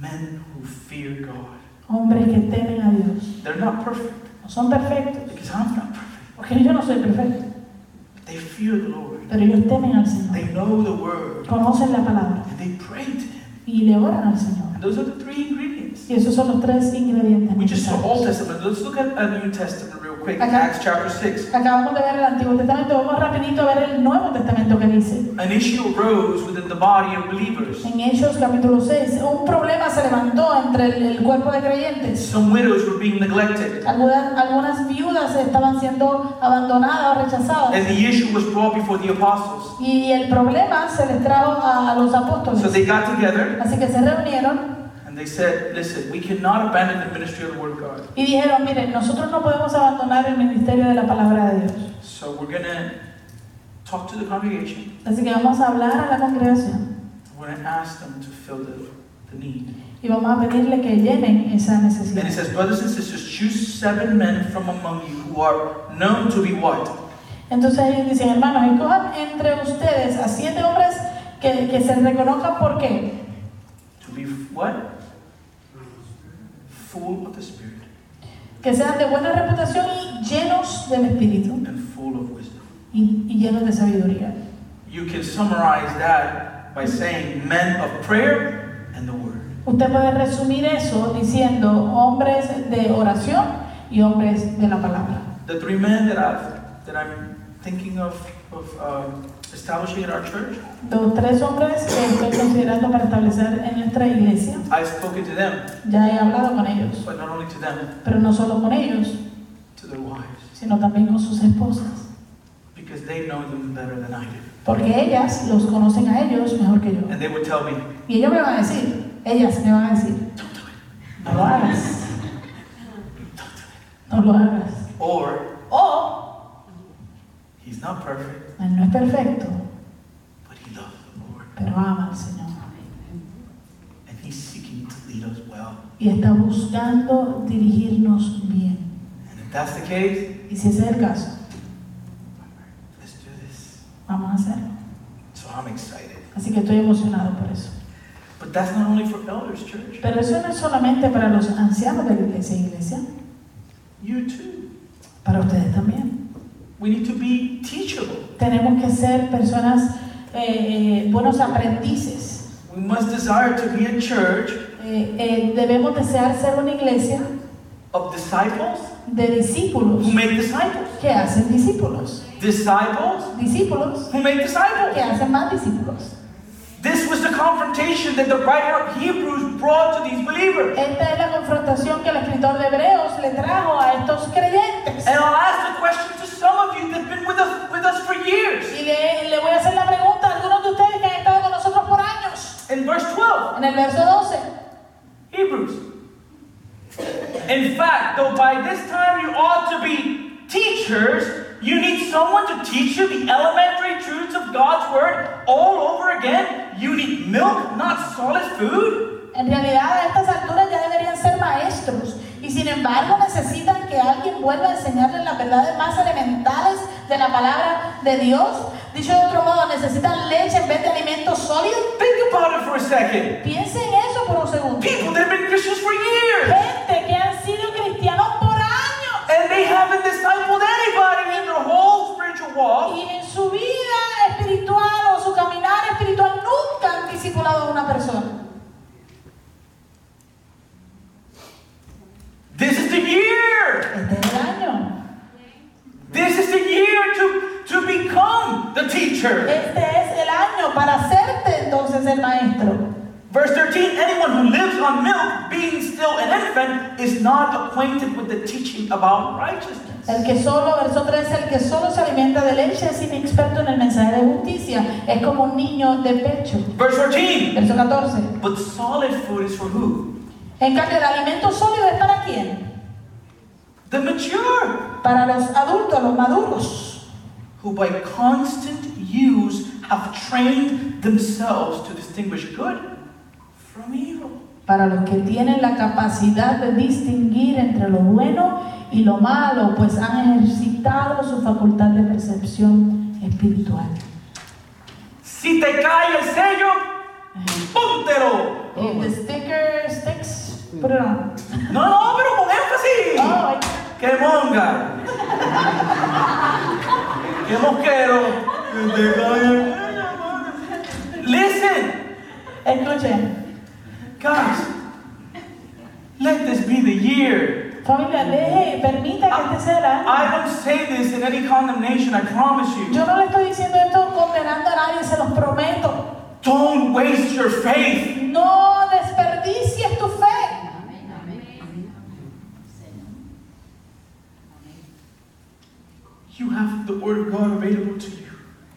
Speaker 1: Men who fear God.
Speaker 2: Hombres que temen a Dios.
Speaker 1: They're not perfect,
Speaker 2: No son perfectos,
Speaker 1: because I'm not perfect.
Speaker 2: porque yo no soy perfecto,
Speaker 1: But they fear the Lord.
Speaker 2: pero ellos temen al Señor.
Speaker 1: They know the word.
Speaker 2: Conocen la palabra
Speaker 1: And they pray to Him.
Speaker 2: y le oran al Señor.
Speaker 1: And those are the three ingredients.
Speaker 2: Y esos son los tres ingredientes.
Speaker 1: We just saw Old
Speaker 2: necesarios.
Speaker 1: Testament. Let's look at a New Testament real quick.
Speaker 2: Okay.
Speaker 1: Acts chapter 6.
Speaker 2: Acabamos de ver el Antiguo Testamento, vamos rapidito a ver el Nuevo Testamento que dice.
Speaker 1: An issue arose within the body of believers.
Speaker 2: En Hechos capítulo 6, un problema se levantó entre el- el cuerpo de creyentes.
Speaker 1: Some widows were being neglected.
Speaker 2: Algunas, algunas viudas estaban siendo abandonadas o
Speaker 1: And
Speaker 2: rechazadas.
Speaker 1: the issue was brought before the apostles.
Speaker 2: Y el problema se les trajo a los
Speaker 1: So
Speaker 2: apóstoles.
Speaker 1: they got together
Speaker 2: Así que se reunieron
Speaker 1: and they said, Listen, we cannot abandon the ministry of the Word of God.
Speaker 2: y dijeron, miren, nosotros no podemos abandonar el ministerio de la palabra de Dios.
Speaker 1: So we're going to talk to the congregation.
Speaker 2: Así que vamos a hablar a la congregación
Speaker 1: We're going to ask them to fill the, the need.
Speaker 2: y vamos a pedirle que llenen esa
Speaker 1: And it
Speaker 2: necesidad.
Speaker 1: says, brothers and sisters, choose seven men from among you who are known to be what?
Speaker 2: Entonces ellos dicen, hermanos, escojan entre ustedes a siete hombres que, que se reconozcan por qué.
Speaker 1: To be what? Full of the Spirit
Speaker 2: Que sean de buena reputación y llenos del Espíritu
Speaker 1: and full of wisdom.
Speaker 2: y- y llenos de sabiduría.
Speaker 1: You can summarize that by saying men of prayer and the Word.
Speaker 2: Usted puede resumir eso diciendo hombres de oración y hombres de la palabra.
Speaker 1: The three men that, I've, that I'm thinking of, of um establishing in our church,
Speaker 2: Los tres hombres que estoy considerando para establecer en nuestra iglesia,
Speaker 1: I've spoken to them,
Speaker 2: ya he hablado con ellos,
Speaker 1: but not only to them,
Speaker 2: pero no solo con ellos,
Speaker 1: to their wives
Speaker 2: sino también con sus esposas,
Speaker 1: because they know them better than I do.
Speaker 2: porque ellas los conocen a ellos mejor que yo.
Speaker 1: And they would tell me,
Speaker 2: Y ellos me van a decir, ellas me van a decir,
Speaker 1: don't do it,
Speaker 2: no lo hagas,
Speaker 1: don't do it.
Speaker 2: no lo hagas.
Speaker 1: Or,
Speaker 2: O
Speaker 1: he's not perfect,
Speaker 2: él no es perfecto,
Speaker 1: but he loves the Lord.
Speaker 2: pero ama al Señor
Speaker 1: And he's seeking to lead us well.
Speaker 2: y está buscando dirigirnos bien.
Speaker 1: And if that's the case,
Speaker 2: Y si ese es el caso,
Speaker 1: let's do this.
Speaker 2: vamos a hacerlo.
Speaker 1: So I'm excited.
Speaker 2: Así que estoy emocionado por eso.
Speaker 1: But that's not only for elders, church.
Speaker 2: Pero eso no es solamente para los ancianos de la iglesia, iglesia,
Speaker 1: You too.
Speaker 2: para ustedes también.
Speaker 1: We need to be teachable.
Speaker 2: Tenemos que ser personas, eh, eh, buenos aprendices.
Speaker 1: We must desire to be a church
Speaker 2: Eh, eh, debemos desear ser una iglesia
Speaker 1: of disciples
Speaker 2: de discípulos
Speaker 1: who make disciples.
Speaker 2: que hacen discípulos.
Speaker 1: Disciples
Speaker 2: Discípulos
Speaker 1: who make
Speaker 2: que
Speaker 1: disciples.
Speaker 2: hacen más discípulos.
Speaker 1: This was the confrontation that the writer of Hebrews brought to these believers.
Speaker 2: Esta es la confrontación que el escritor de Hebreos le trajo a estos creyentes.
Speaker 1: And I'll ask the question to some of you that've been with us, with us for years.
Speaker 2: Y le, le voy a hacer la pregunta a algunos de ustedes que han estado con nosotros por años.
Speaker 1: In verse 12,
Speaker 2: En el verso 12.
Speaker 1: Hebrews. In fact, though by this time you ought to be teachers, you need someone to teach you the elementary truths of God's Word all over again. You need milk, not solid food.
Speaker 2: En realidad a estas alturas ya deberían ser maestros y sin embargo necesitan que alguien vuelva a enseñarles las verdades más elementales de la palabra de Dios. Dicho de otro modo, necesitan leche en vez de alimentos sólidos.
Speaker 1: Think about it for a second.
Speaker 2: Piensen eso por un segundo.
Speaker 1: People that have been Christians for years,
Speaker 2: Gente que han sido cristianos por años
Speaker 1: and they haven't discipled anybody in their whole spiritual walk.
Speaker 2: y en su vida espiritual o su caminar espiritual nunca han discipulado a una persona.
Speaker 1: This is the year.
Speaker 2: Este es el año.
Speaker 1: This is the year to, to become the teacher.
Speaker 2: Este es el año para hacerte entonces el maestro.
Speaker 1: Verse 13 Anyone who lives on milk, being still an infant, is not acquainted with the teaching about righteousness.
Speaker 2: El que solo, verso 3, el que solo se alimenta de leche es inexperto en el mensaje de justicia, es como un niño de pecho.
Speaker 1: Verse 14
Speaker 2: Verso 14.
Speaker 1: But solid food is for who?
Speaker 2: En cambio, el alimento sólido es para quién?
Speaker 1: The mature,
Speaker 2: Para los adultos, los maduros,
Speaker 1: who by constant use have trained themselves to distinguish good from evil.
Speaker 2: para los que tienen la capacidad de distinguir entre lo bueno y lo malo, pues han ejercitado su facultad de percepción espiritual.
Speaker 1: Si te cae el sello, póntelo.
Speaker 2: If the sticker sticks, put it on.
Speaker 1: No, no, pero con énfasis.
Speaker 2: Oh, I-
Speaker 1: ¡Qué monga! ¡Qué mosquero! Listen,
Speaker 2: Escuchen,
Speaker 1: guys, let this be the year.
Speaker 2: familia, deje, permita que este sea el año.
Speaker 1: I don't say this in any condemnation, I promise you.
Speaker 2: Yo no le estoy diciendo esto condenando a nadie, se los prometo.
Speaker 1: Don't waste your faith.
Speaker 2: No desperdicies tu fe.
Speaker 1: You have the Word of God available to you,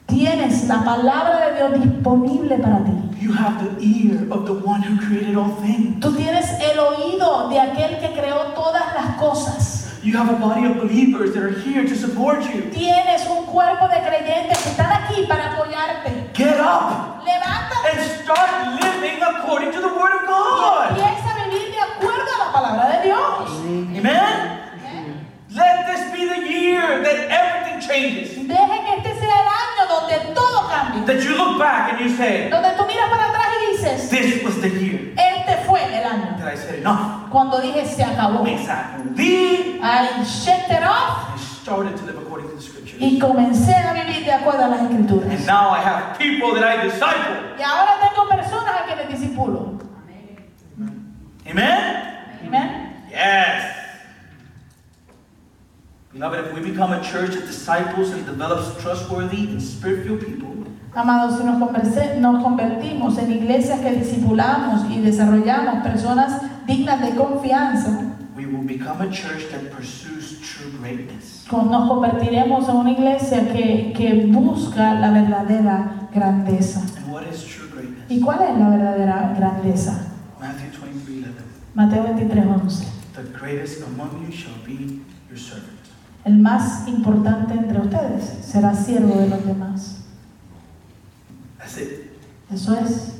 Speaker 2: Tienes la palabra de Dios disponible para ti.
Speaker 1: you have the ear of the one who created all things,
Speaker 2: Tú tienes el oído de aquel que creó todas las cosas.
Speaker 1: you have a body of believers that are here to support you.
Speaker 2: Tienes un cuerpo de creyentes que están aquí para apoyarte.
Speaker 1: Get up!
Speaker 2: Levántate
Speaker 1: and start living according to the Word of
Speaker 2: y
Speaker 1: God.
Speaker 2: empieza a vivir de acuerdo a la palabra de Dios.
Speaker 1: Amen? Let this be the year that everything changes.
Speaker 2: Deje que este sea el año donde todo cambie.
Speaker 1: That you look back and you say,
Speaker 2: Donde tú miras para atrás y dices,
Speaker 1: This was the year
Speaker 2: este fue el año.
Speaker 1: that I said enough.
Speaker 2: Cuando dije se acabó.
Speaker 1: Exactly.
Speaker 2: I shut it off
Speaker 1: I started to live according to the Scriptures.
Speaker 2: y comencé a vivir de acuerdo a las
Speaker 1: And
Speaker 2: escrituras.
Speaker 1: now I have people that I disciple.
Speaker 2: Y ahora tengo personas a que me disipulo.
Speaker 1: Amen?
Speaker 2: Amén.
Speaker 1: Yes. Beloved, if we become a church that disciples and develops trustworthy and spiritual people,
Speaker 2: Amados, si nos, converse- nos convertimos en iglesias que disipulamos y desarrollamos personas dignas de confianza,
Speaker 1: we will become a church that pursues true greatness.
Speaker 2: Nos convertiremos en una iglesia que, que busca la verdadera grandeza.
Speaker 1: And what is true greatness?
Speaker 2: ¿Y cuál es la verdadera grandeza?
Speaker 1: Matthew 23 11.
Speaker 2: Mateo 23, 11.
Speaker 1: The greatest among you shall be your servant.
Speaker 2: El más importante entre ustedes será siervo de los demás.
Speaker 1: That's it.
Speaker 2: Eso es.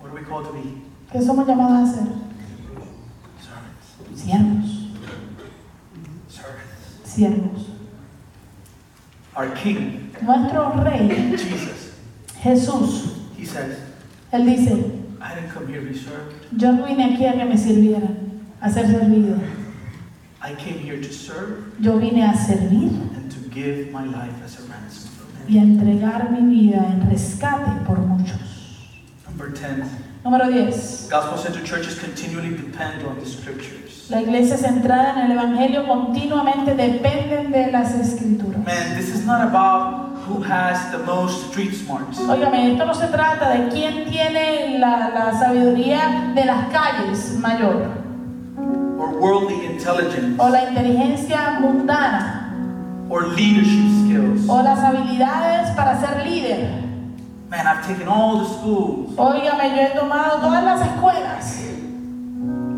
Speaker 1: What are we called to be?
Speaker 2: ¿Qué somos llamados a hacer?
Speaker 1: Servants.
Speaker 2: Siervos.
Speaker 1: Servants.
Speaker 2: Siervos.
Speaker 1: Our King,
Speaker 2: Nuestro rey,
Speaker 1: Jesus,
Speaker 2: Jesús,
Speaker 1: he says,
Speaker 2: él dice,
Speaker 1: I didn't come here to be served.
Speaker 2: yo no vine aquí a que me sirvieran, a ser servido.
Speaker 1: I came here to serve
Speaker 2: Yo vine a servir
Speaker 1: and to give my life as a ransom for many.
Speaker 2: y a entregar mi vida en rescate por muchos.
Speaker 1: Number 10.
Speaker 2: Número 10.
Speaker 1: Gospel centered churches continually depend on the scriptures.
Speaker 2: La iglesia centrada en el Evangelio continuamente dependen de las escrituras.
Speaker 1: Man, this is not about who has the most street smarts.
Speaker 2: Óigame, esto no se trata de quién tiene la, la sabiduría de las calles mayor
Speaker 1: or worldly intelligence
Speaker 2: o la inteligencia mundana
Speaker 1: or leadership skills.
Speaker 2: o las habilidades para ser líder.
Speaker 1: Man, I've taken all the schools.
Speaker 2: Óigame, yo he tomado todas las escuelas.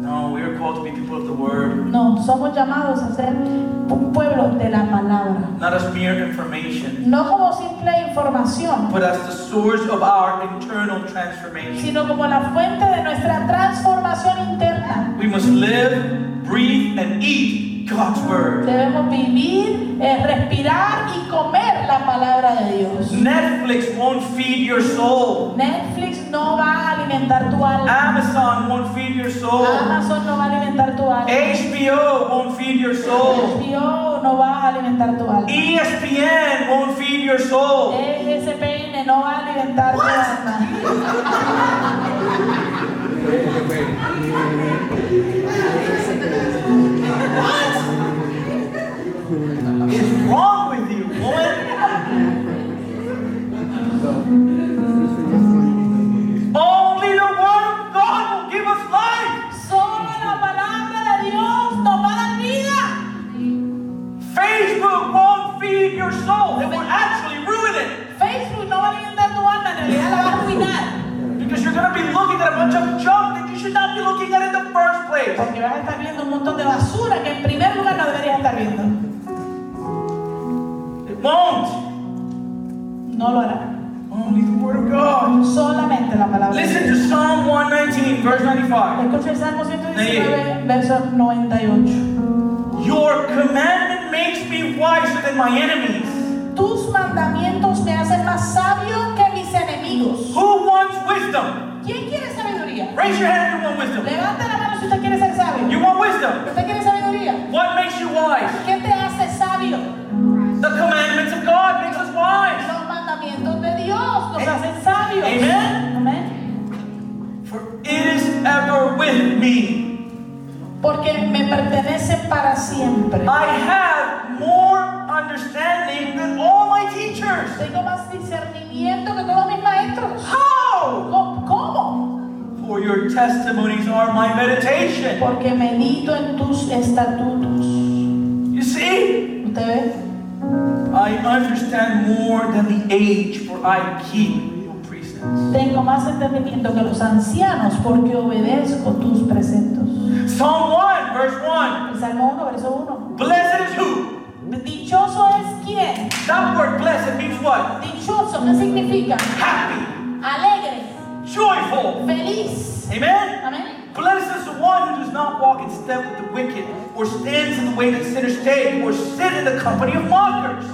Speaker 1: No, we are called to be people of the word,
Speaker 2: No, somos llamados a ser un pueblo de la palabra.
Speaker 1: not as mere information,
Speaker 2: No como simple información,
Speaker 1: but as the source of our internal transformation.
Speaker 2: sino como la fuente de nuestra transformación interna.
Speaker 1: We must live, breathe, and eat God's word.
Speaker 2: Debemos vivir, eh, respirar y comer la palabra de Dios.
Speaker 1: Netflix won't feed your soul.
Speaker 2: Netflix no va a alimentar tu
Speaker 1: Ah,
Speaker 2: alma.
Speaker 1: Amazon won't feed your soul.
Speaker 2: Amazon no va a alimentar tu alma.
Speaker 1: HBO won't feed your soul. E
Speaker 2: HBO no va a alimentar tu alma.
Speaker 1: ESPN won't feed your soul.
Speaker 2: ESPN no va a alimentar tu alma.
Speaker 1: What's wrong with you, woman? Only the word of God will give us life.
Speaker 2: Solo la palabra de Dios nos va a dar vida.
Speaker 1: Facebook won't feed your soul. It will actually ruin it
Speaker 2: Facebook no va a alimentar tu alma, en realidad la va a arruinar.
Speaker 1: because you're going to be looking at a bunch of junk that you should not be looking at in the first place.
Speaker 2: Porque vas a estar viendo un montón de basura que en primer lugar no deberías estar viendo.
Speaker 1: It won't.
Speaker 2: No lo hará.
Speaker 1: Only the Word of God.
Speaker 2: Solamente la palabra de
Speaker 1: Listen
Speaker 2: Dios.
Speaker 1: to Psalm 119, verse 95.
Speaker 2: Escucha el Salmo 119, verso 98.
Speaker 1: Your commandment makes me wiser than my enemies.
Speaker 2: Tus mandamientos me hacen más sabio que mis enemigos.
Speaker 1: Who wants wisdom?
Speaker 2: ¿Quién quiere sabiduría?
Speaker 1: Raise your hand if you want wisdom.
Speaker 2: Levanta la mano si usted quiere ser sabio.
Speaker 1: You want wisdom.
Speaker 2: ¿Usted quiere sabiduría?
Speaker 1: What makes you wise?
Speaker 2: ¿Qué te hace sabio?
Speaker 1: The commandments of God makes us wise.
Speaker 2: Los mandamientos de Dios nos hacen sabios.
Speaker 1: Amen.
Speaker 2: Amén.
Speaker 1: For it is ever with me.
Speaker 2: Porque me pertenecen para siempre.
Speaker 1: I have more understanding than all my teachers.
Speaker 2: Tengo más discernimiento que todos mis maestros.
Speaker 1: How?
Speaker 2: ¿Cómo? ¿Cómo?
Speaker 1: For your testimonies are my meditation.
Speaker 2: Porque medito en tus estatutos.
Speaker 1: You see,
Speaker 2: ¿Usted ve?
Speaker 1: I understand more than the age, for I keep your precepts.
Speaker 2: Tengo más entendimiento que los ancianos porque obedezco tus preceptos.
Speaker 1: Psalm 1, verse 1.
Speaker 2: El Salmo 1, verso
Speaker 1: Blessed is who?
Speaker 2: 1. Dichoso es quien.
Speaker 1: That word blessed means what?
Speaker 2: Dichoso, ¿qué significa?
Speaker 1: Happy,
Speaker 2: Alegre,
Speaker 1: joyful.
Speaker 2: feliz.
Speaker 1: Amen?
Speaker 2: Amén.
Speaker 1: Blessed is the one who does not walk in step with the wicked, or stands in the way that sinners take, or sit in the company of mockers.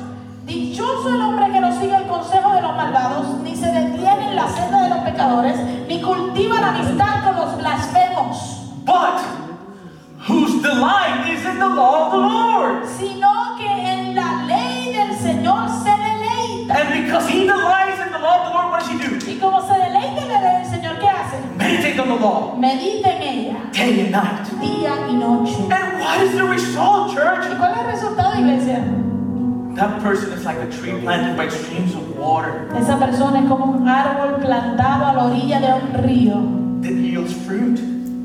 Speaker 2: Dichoso el hombre que no sigue el consejo de los malvados, ni se detiene en la senda de los pecadores, ni cultiva la amistad con los blasfemos,
Speaker 1: But whose delight is in the law of the Lord.
Speaker 2: sino que en la ley del Señor se deleita.
Speaker 1: And because he delights in the law of the Lord, what does he do?
Speaker 2: Y como se deleita en la ley del Señor, ¿qué hace?
Speaker 1: Meditate on the law
Speaker 2: Medita en ella.
Speaker 1: day and night.
Speaker 2: día y noche.
Speaker 1: And what is the result, church?
Speaker 2: ¿Y cuál es el resultado, iglesia?
Speaker 1: That person is like a tree planted by streams of water
Speaker 2: Esa persona es como un árbol plantado a la orilla de un río
Speaker 1: that yields fruit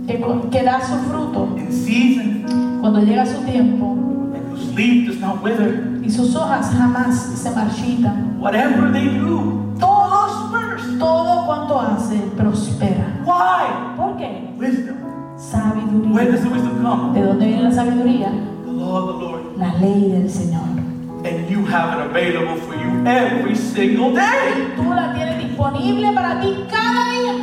Speaker 2: que, co- que da su fruto
Speaker 1: in season
Speaker 2: cuando llega su tiempo
Speaker 1: and whose whose leaf does not wither.
Speaker 2: y sus hojas jamás se marchitan.
Speaker 1: Whatever they do,
Speaker 2: Todo,
Speaker 1: prospers.
Speaker 2: todo cuanto hace prospera.
Speaker 1: Why?
Speaker 2: ¿Por qué?
Speaker 1: Wisdom. Where
Speaker 2: Sabiduría.
Speaker 1: does the wisdom come?
Speaker 2: ¿De dónde viene la sabiduría?
Speaker 1: The law of the Lord.
Speaker 2: La ley del Señor.
Speaker 1: And you have it available for you every single day.
Speaker 2: Tú la tienes disponible para ti cada día.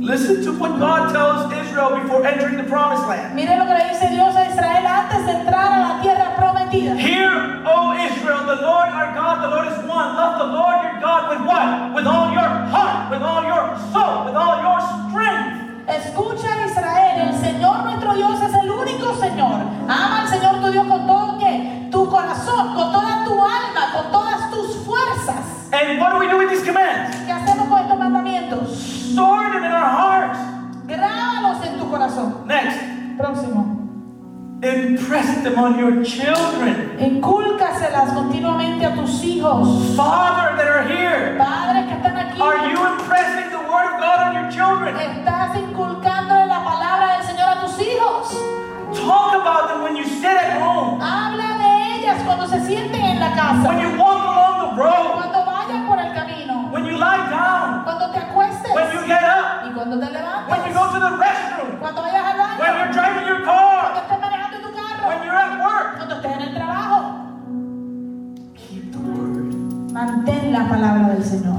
Speaker 1: Listen to what God tells Israel before entering the promised land.
Speaker 2: Mire lo que le dice Dios a Israel antes de entrar a la tierra prometida.
Speaker 1: Hear, O Israel, the Lord our God, the Lord is one. Love the Lord your God with what? With all your heart, with all your soul, with all your strength.
Speaker 2: Escucha Israel, el Señor nuestro Dios es el único Señor. Ama al Señor tu Dios con todo ¿qué? tu corazón, con toda tu alma, con todas tus fuerzas.
Speaker 1: And what do we do with these commands?
Speaker 2: ¿Qué hacemos con estos mandamientos?
Speaker 1: Store them in our hearts.
Speaker 2: Grábalos en tu corazón.
Speaker 1: Next,
Speaker 2: Próximo.
Speaker 1: impress them on your children.
Speaker 2: Incúlcaselas continuamente a tus hijos.
Speaker 1: Father that are here,
Speaker 2: Padres que están aquí.
Speaker 1: are you impressing the word of God on your children?
Speaker 2: Estás inculcándole la palabra del Señor a tus hijos.
Speaker 1: Talk about them when you sit at home,
Speaker 2: Habla de ellas cuando se sienten en la
Speaker 1: when
Speaker 2: casa.
Speaker 1: you walk along the road,
Speaker 2: Cuando vayas por el camino.
Speaker 1: when you lie down,
Speaker 2: Cuando te acuestes.
Speaker 1: when you get up,
Speaker 2: Y cuando te
Speaker 1: when you
Speaker 2: levantes.
Speaker 1: go to the restroom,
Speaker 2: Cuando vayas al
Speaker 1: when
Speaker 2: baño.
Speaker 1: you're driving your
Speaker 2: Cuando
Speaker 1: car,
Speaker 2: estés manejando tu
Speaker 1: when
Speaker 2: carro.
Speaker 1: you're at work.
Speaker 2: Cuando estés en el trabajo.
Speaker 1: Keep the word.
Speaker 2: Mantén la palabra del Señor.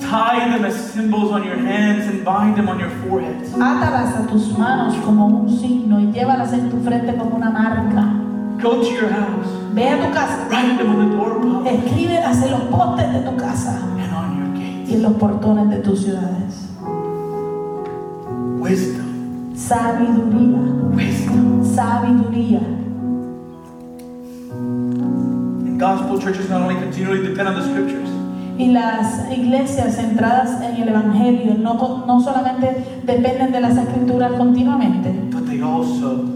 Speaker 1: Tie them as symbols on your hands and bind them on your foreheads.
Speaker 2: Átalas a tus manos como un signo y llévalas en tu frente como una marca.
Speaker 1: Go to your house,
Speaker 2: Ve a tu casa.
Speaker 1: write them on the doorpost
Speaker 2: Escríbelas en los postes de tu casa
Speaker 1: and on your gate.
Speaker 2: y en los portones de tus ciudades.
Speaker 1: Wisdom,
Speaker 2: Sabiduría,
Speaker 1: wisdom.
Speaker 2: sabiduría.
Speaker 1: And gospel churches not only continually depend on the scriptures,
Speaker 2: Y las iglesias centradas en el Evangelio no, co- no solamente dependen de las escrituras continuamente,
Speaker 1: but they also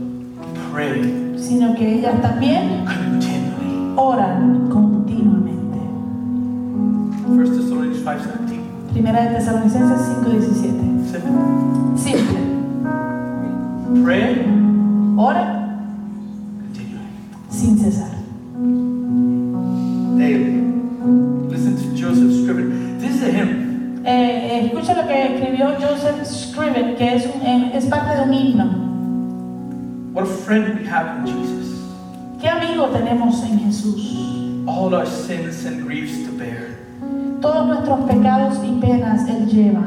Speaker 1: pray
Speaker 2: sino que ellas también
Speaker 1: continually.
Speaker 2: oran continuamente.
Speaker 1: 1 Thessalonians 5:17.
Speaker 2: Primera de Tesalonicenses 5:17.
Speaker 1: Seven.
Speaker 2: Simple.
Speaker 1: Pray
Speaker 2: Ora
Speaker 1: continually.
Speaker 2: sin cesar.
Speaker 1: Daily. Listen to Joseph Scriven. This is a hymn.
Speaker 2: Eh, escucha lo que escribió Joseph Scriven, que es, un- eh, es parte de un himno.
Speaker 1: What a friend we have in Jesus.
Speaker 2: ¿Qué amigo tenemos en Jesús?
Speaker 1: All our sins and griefs to bear.
Speaker 2: Todos nuestros pecados y penas Él lleva.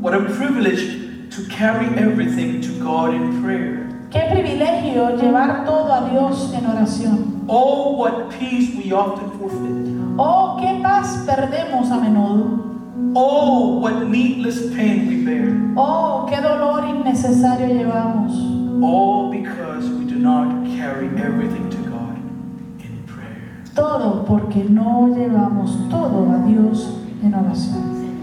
Speaker 1: What a privilege to carry everything to God in prayer.
Speaker 2: Qué privilegio llevar todo a Dios en oración.
Speaker 1: Oh, what peace we often forfeit.
Speaker 2: Oh, qué paz perdemos a menudo.
Speaker 1: Oh, what needless pain we bear.
Speaker 2: Oh, qué dolor innecesario llevamos.
Speaker 1: All because we do not carry everything to God in prayer.
Speaker 2: Todo porque no llevamos todo a Dios en oración.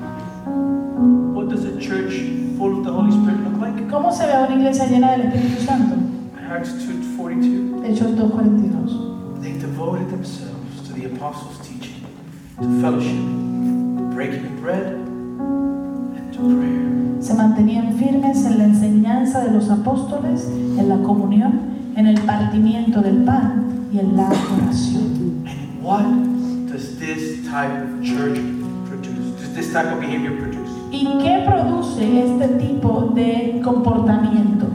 Speaker 1: What does a church full of the Holy Spirit look like?
Speaker 2: ¿Cómo se ve una iglesia llena del Espíritu Santo?
Speaker 1: Acts 2:42.
Speaker 2: Hechos 2.42.
Speaker 1: They devoted themselves to the apostles' teaching, to fellowship, to breaking of bread, and to prayer.
Speaker 2: Se mantenían firmes en la enseñanza de los apóstoles, en la comunión, en el partimiento del pan y en la oración.
Speaker 1: And what does this type of church produce? Does this type of behavior produce?
Speaker 2: ¿Y qué produce este tipo de comportamiento?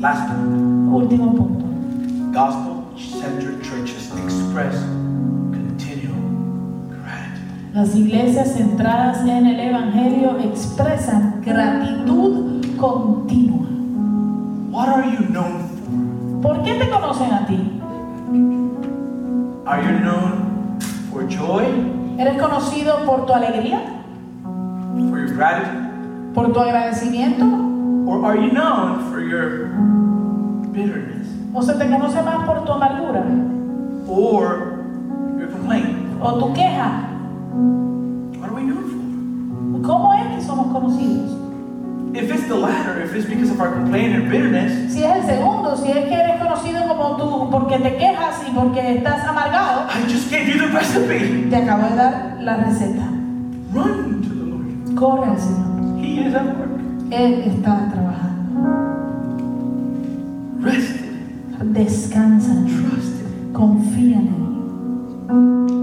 Speaker 1: Last point,
Speaker 2: Último punto.
Speaker 1: gospel-centered churches express continual gratitude.
Speaker 2: Las iglesias centradas en el Evangelio expresan gratitud continua.
Speaker 1: What are you known
Speaker 2: ¿Por qué te conocen a ti?
Speaker 1: for? Are you known for joy,
Speaker 2: ¿Eres conocido por tu alegría?
Speaker 1: for your gratitude,
Speaker 2: ¿Por tu agradecimiento?
Speaker 1: or are you known for your bitterness
Speaker 2: ¿O se te conoce más por tu amargura?
Speaker 1: or your complaint?
Speaker 2: ¿O tu queja?
Speaker 1: What are we known
Speaker 2: ¿Cómo es que somos conocidos?
Speaker 1: for? If it's the latter, if it's because of our complaint and bitterness,
Speaker 2: Si es el segundo, si es que eres conocido como tú porque te quejas y porque estás amargado,
Speaker 1: I just gave you the recipe.
Speaker 2: te acabo de dar la receta.
Speaker 1: Run to the Lord.
Speaker 2: Corre al Señor.
Speaker 1: He is at work.
Speaker 2: Él está trabajando.
Speaker 1: Rest in Him.
Speaker 2: Descansa en Él.
Speaker 1: Trust Him.
Speaker 2: Confía en Él.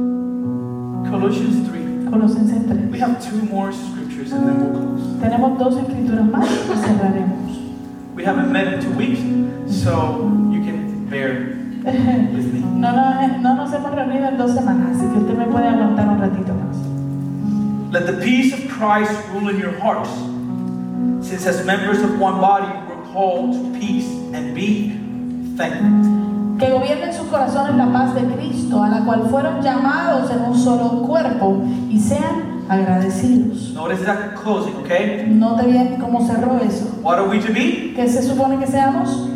Speaker 1: Colossians 3.
Speaker 2: Colosenses 3.
Speaker 1: We have two more scriptures and then we'll close.
Speaker 2: Tenemos dos escrituras más y cerraremos.
Speaker 1: We haven't met in two weeks, so you can bear with me.
Speaker 2: No nos, no nos hemos reunido en dos semanas, así que usted me puede aguantar un ratito más.
Speaker 1: Let the peace of Christ rule in your hearts, since as members of one body we're called to peace and be thankful.
Speaker 2: Que gobierne en sus corazones la paz de Cristo, a la cual fueron llamados en un solo cuerpo, y sean agradecidos.
Speaker 1: Notice that closing, okay?
Speaker 2: Note bien cómo cerró eso.
Speaker 1: What are we to be?
Speaker 2: Que se supone que seamos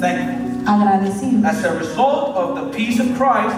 Speaker 1: Thankful.
Speaker 2: agradecidos.
Speaker 1: As a result of the peace of Christ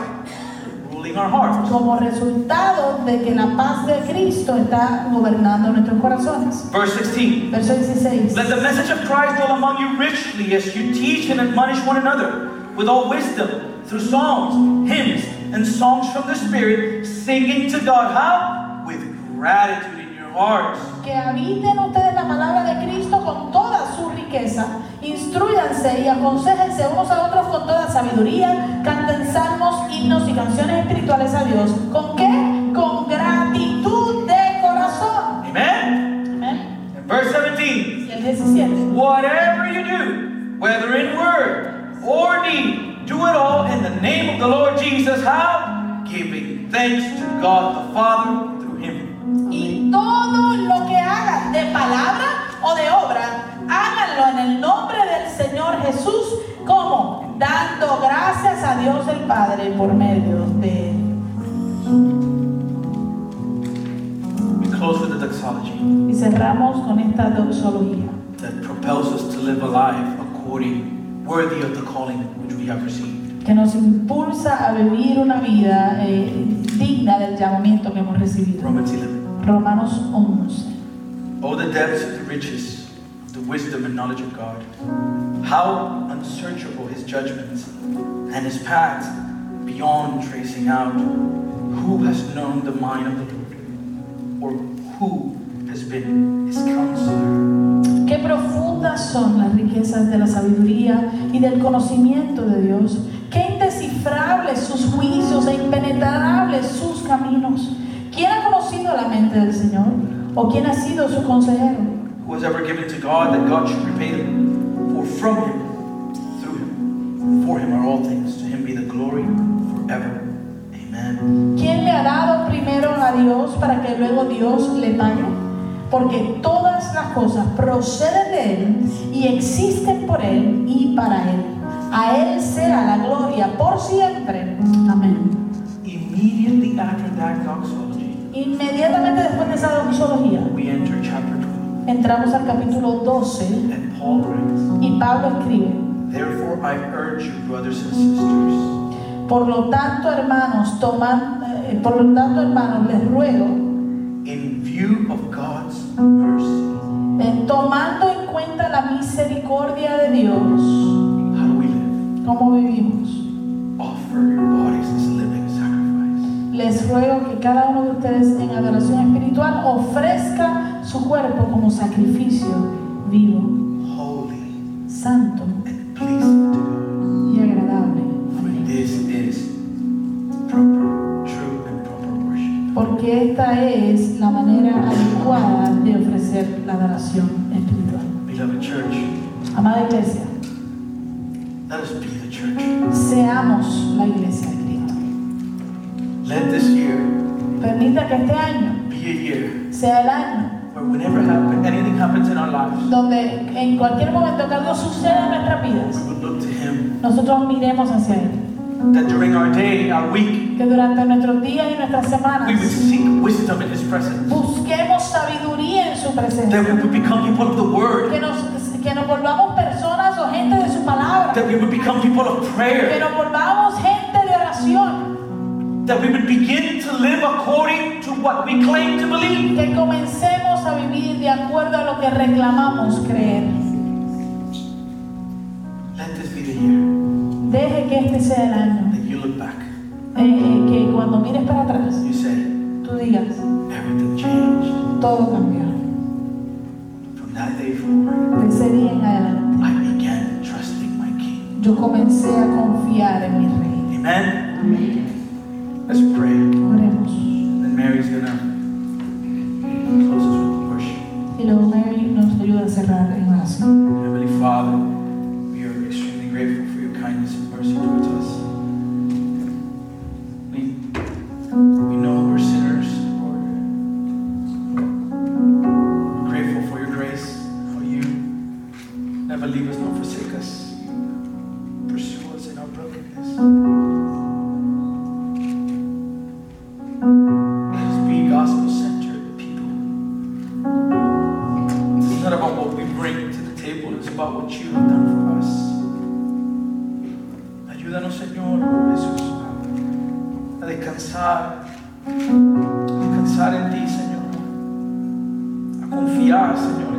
Speaker 1: ruling our hearts.
Speaker 2: Como resultado de que la paz de Cristo está gobernando nuestros corazones.
Speaker 1: Verse 16.
Speaker 2: Verso 16.
Speaker 1: Let the message of Christ dwell among you richly as you teach and admonish one another with all wisdom through psalms, hymns, and songs from the Spirit, singing to God how? With gratitude in your hearts.
Speaker 2: Que habiten ustedes la palabra de Cristo con toda su riqueza. Instruyanse y aconsejense unos a otros con toda sabiduría. Canten salmos, himnos y canciones espirituales a Dios. ¿Con qué? Con gratitud de corazón.
Speaker 1: Amen?
Speaker 2: Amén.
Speaker 1: And verse 17.
Speaker 2: Y el 17.
Speaker 1: Whatever you do, whether in word or deed, do it all in the name of the Lord Jesus. How? Giving thanks to God the Father through Him.
Speaker 2: Y todo lo que hagan de palabra o de obra, háganlo en el nombre del Señor Jesús, como dando gracias a Dios el Padre por medio de él.
Speaker 1: We close with the doxology
Speaker 2: Y cerramos con esta doxología
Speaker 1: that propels us to live a life according, worthy of the calling which we have received.
Speaker 2: que nos impulsa a vivir una vida eh, digna del llamamiento que hemos recibido.
Speaker 1: Romans 11.
Speaker 2: Romanos 11.
Speaker 1: Oh, the depths of the riches, the wisdom and knowledge of God. How unsearchable his judgments and his paths beyond tracing out. Who has known the mind of the Lord? Or who has been his counselor?
Speaker 2: Qué profundas son las riquezas de la sabiduría y del conocimiento de Dios. Qué indescifrables sus juicios e impenetrables sus caminos. ¿Quién ha conocido la mente del Señor? ¿O quién ha sido su consejero?
Speaker 1: Who has ever given to God that God should repay them? For from him, through him, for him are all things. To him be the glory forever. Amen.
Speaker 2: ¿Quién le ha dado primero a Dios para que luego Dios le pague? Porque todas las cosas proceden de Él y existen por Él y para Él. A Él sea la gloria por siempre. Amén.
Speaker 1: Immediately after that doxology,
Speaker 2: Inmediatamente después de esa doxología,
Speaker 1: we enter chapter 12,
Speaker 2: entramos al capítulo 12
Speaker 1: and Paul writes.
Speaker 2: y Pablo escribe,
Speaker 1: Therefore, I urge you, brothers and sisters,
Speaker 2: por lo tanto hermanos, tomad, eh, por lo tanto hermanos, les ruego,
Speaker 1: in view of God's mercy,
Speaker 2: eh, tomando en cuenta la misericordia de Dios,
Speaker 1: how do we live?
Speaker 2: ¿cómo vivimos?
Speaker 1: Offer your bodies as a living sacrifice,
Speaker 2: Les ruego que cada uno de ustedes en adoración espiritual ofrezca su cuerpo como sacrificio vivo,
Speaker 1: holy
Speaker 2: santo
Speaker 1: and pleasing to
Speaker 2: y agradable.
Speaker 1: God. For this is proper, true, and proper worship.
Speaker 2: Porque esta es la manera adecuada de ofrecer la adoración espiritual.
Speaker 1: Beloved church,
Speaker 2: Amada iglesia,
Speaker 1: let us be the church.
Speaker 2: seamos la iglesia de Cristo.
Speaker 1: Let this year
Speaker 2: Permita que este año
Speaker 1: be a year
Speaker 2: sea el año
Speaker 1: where whenever happen, anything happens in our lives,
Speaker 2: donde en cualquier momento que algo suceda en nuestras
Speaker 1: we
Speaker 2: vidas,
Speaker 1: will look to Him.
Speaker 2: nosotros miremos hacia Él.
Speaker 1: That during our day, our week,
Speaker 2: Que durante nuestros días y nuestras
Speaker 1: we would
Speaker 2: semanas
Speaker 1: seek wisdom in His presence.
Speaker 2: busquemos sabiduría en su
Speaker 1: That
Speaker 2: presencia.
Speaker 1: we would become people of the Word.
Speaker 2: Que nos, que nos volvamos personas o gente de su palabra.
Speaker 1: that we would become people of
Speaker 2: Que
Speaker 1: prayer,
Speaker 2: nos volvamos gente de oración.
Speaker 1: that we would begin to live according to what we claim to believe.
Speaker 2: que comencemos a vivir de acuerdo a lo que reclamamos creer.
Speaker 1: Let this be the year
Speaker 2: Deje que este sea el año.
Speaker 1: that you look back,
Speaker 2: eh, que cuando mires para atrás,
Speaker 1: you say,
Speaker 2: tú digas,
Speaker 1: everything changed.
Speaker 2: todo cambió.
Speaker 1: From that day forward,
Speaker 2: De ese día en adelante,
Speaker 1: I began trusting my King.
Speaker 2: yo comencé a confiar en mi rey.
Speaker 1: Amen. Let's pray.
Speaker 2: Oremos.
Speaker 1: Then Mary's gonna close us with worship.
Speaker 2: Y luego Mary nos ayuda a cerrar en oración.
Speaker 1: Heavenly Father, we are extremely grateful for your kindness and mercy towards us. We, we know we're sinners, Lord. We're grateful for your grace, how you never leave us nor forsake us. You pursue us in our brokenness. Let us be gospel-centered people. It's not about what we bring to the table, it's about what you have done for us. Ayúdanos, Señor, Jesús, a descansar, a descansar en ti, Señor, a confiar, Señor, este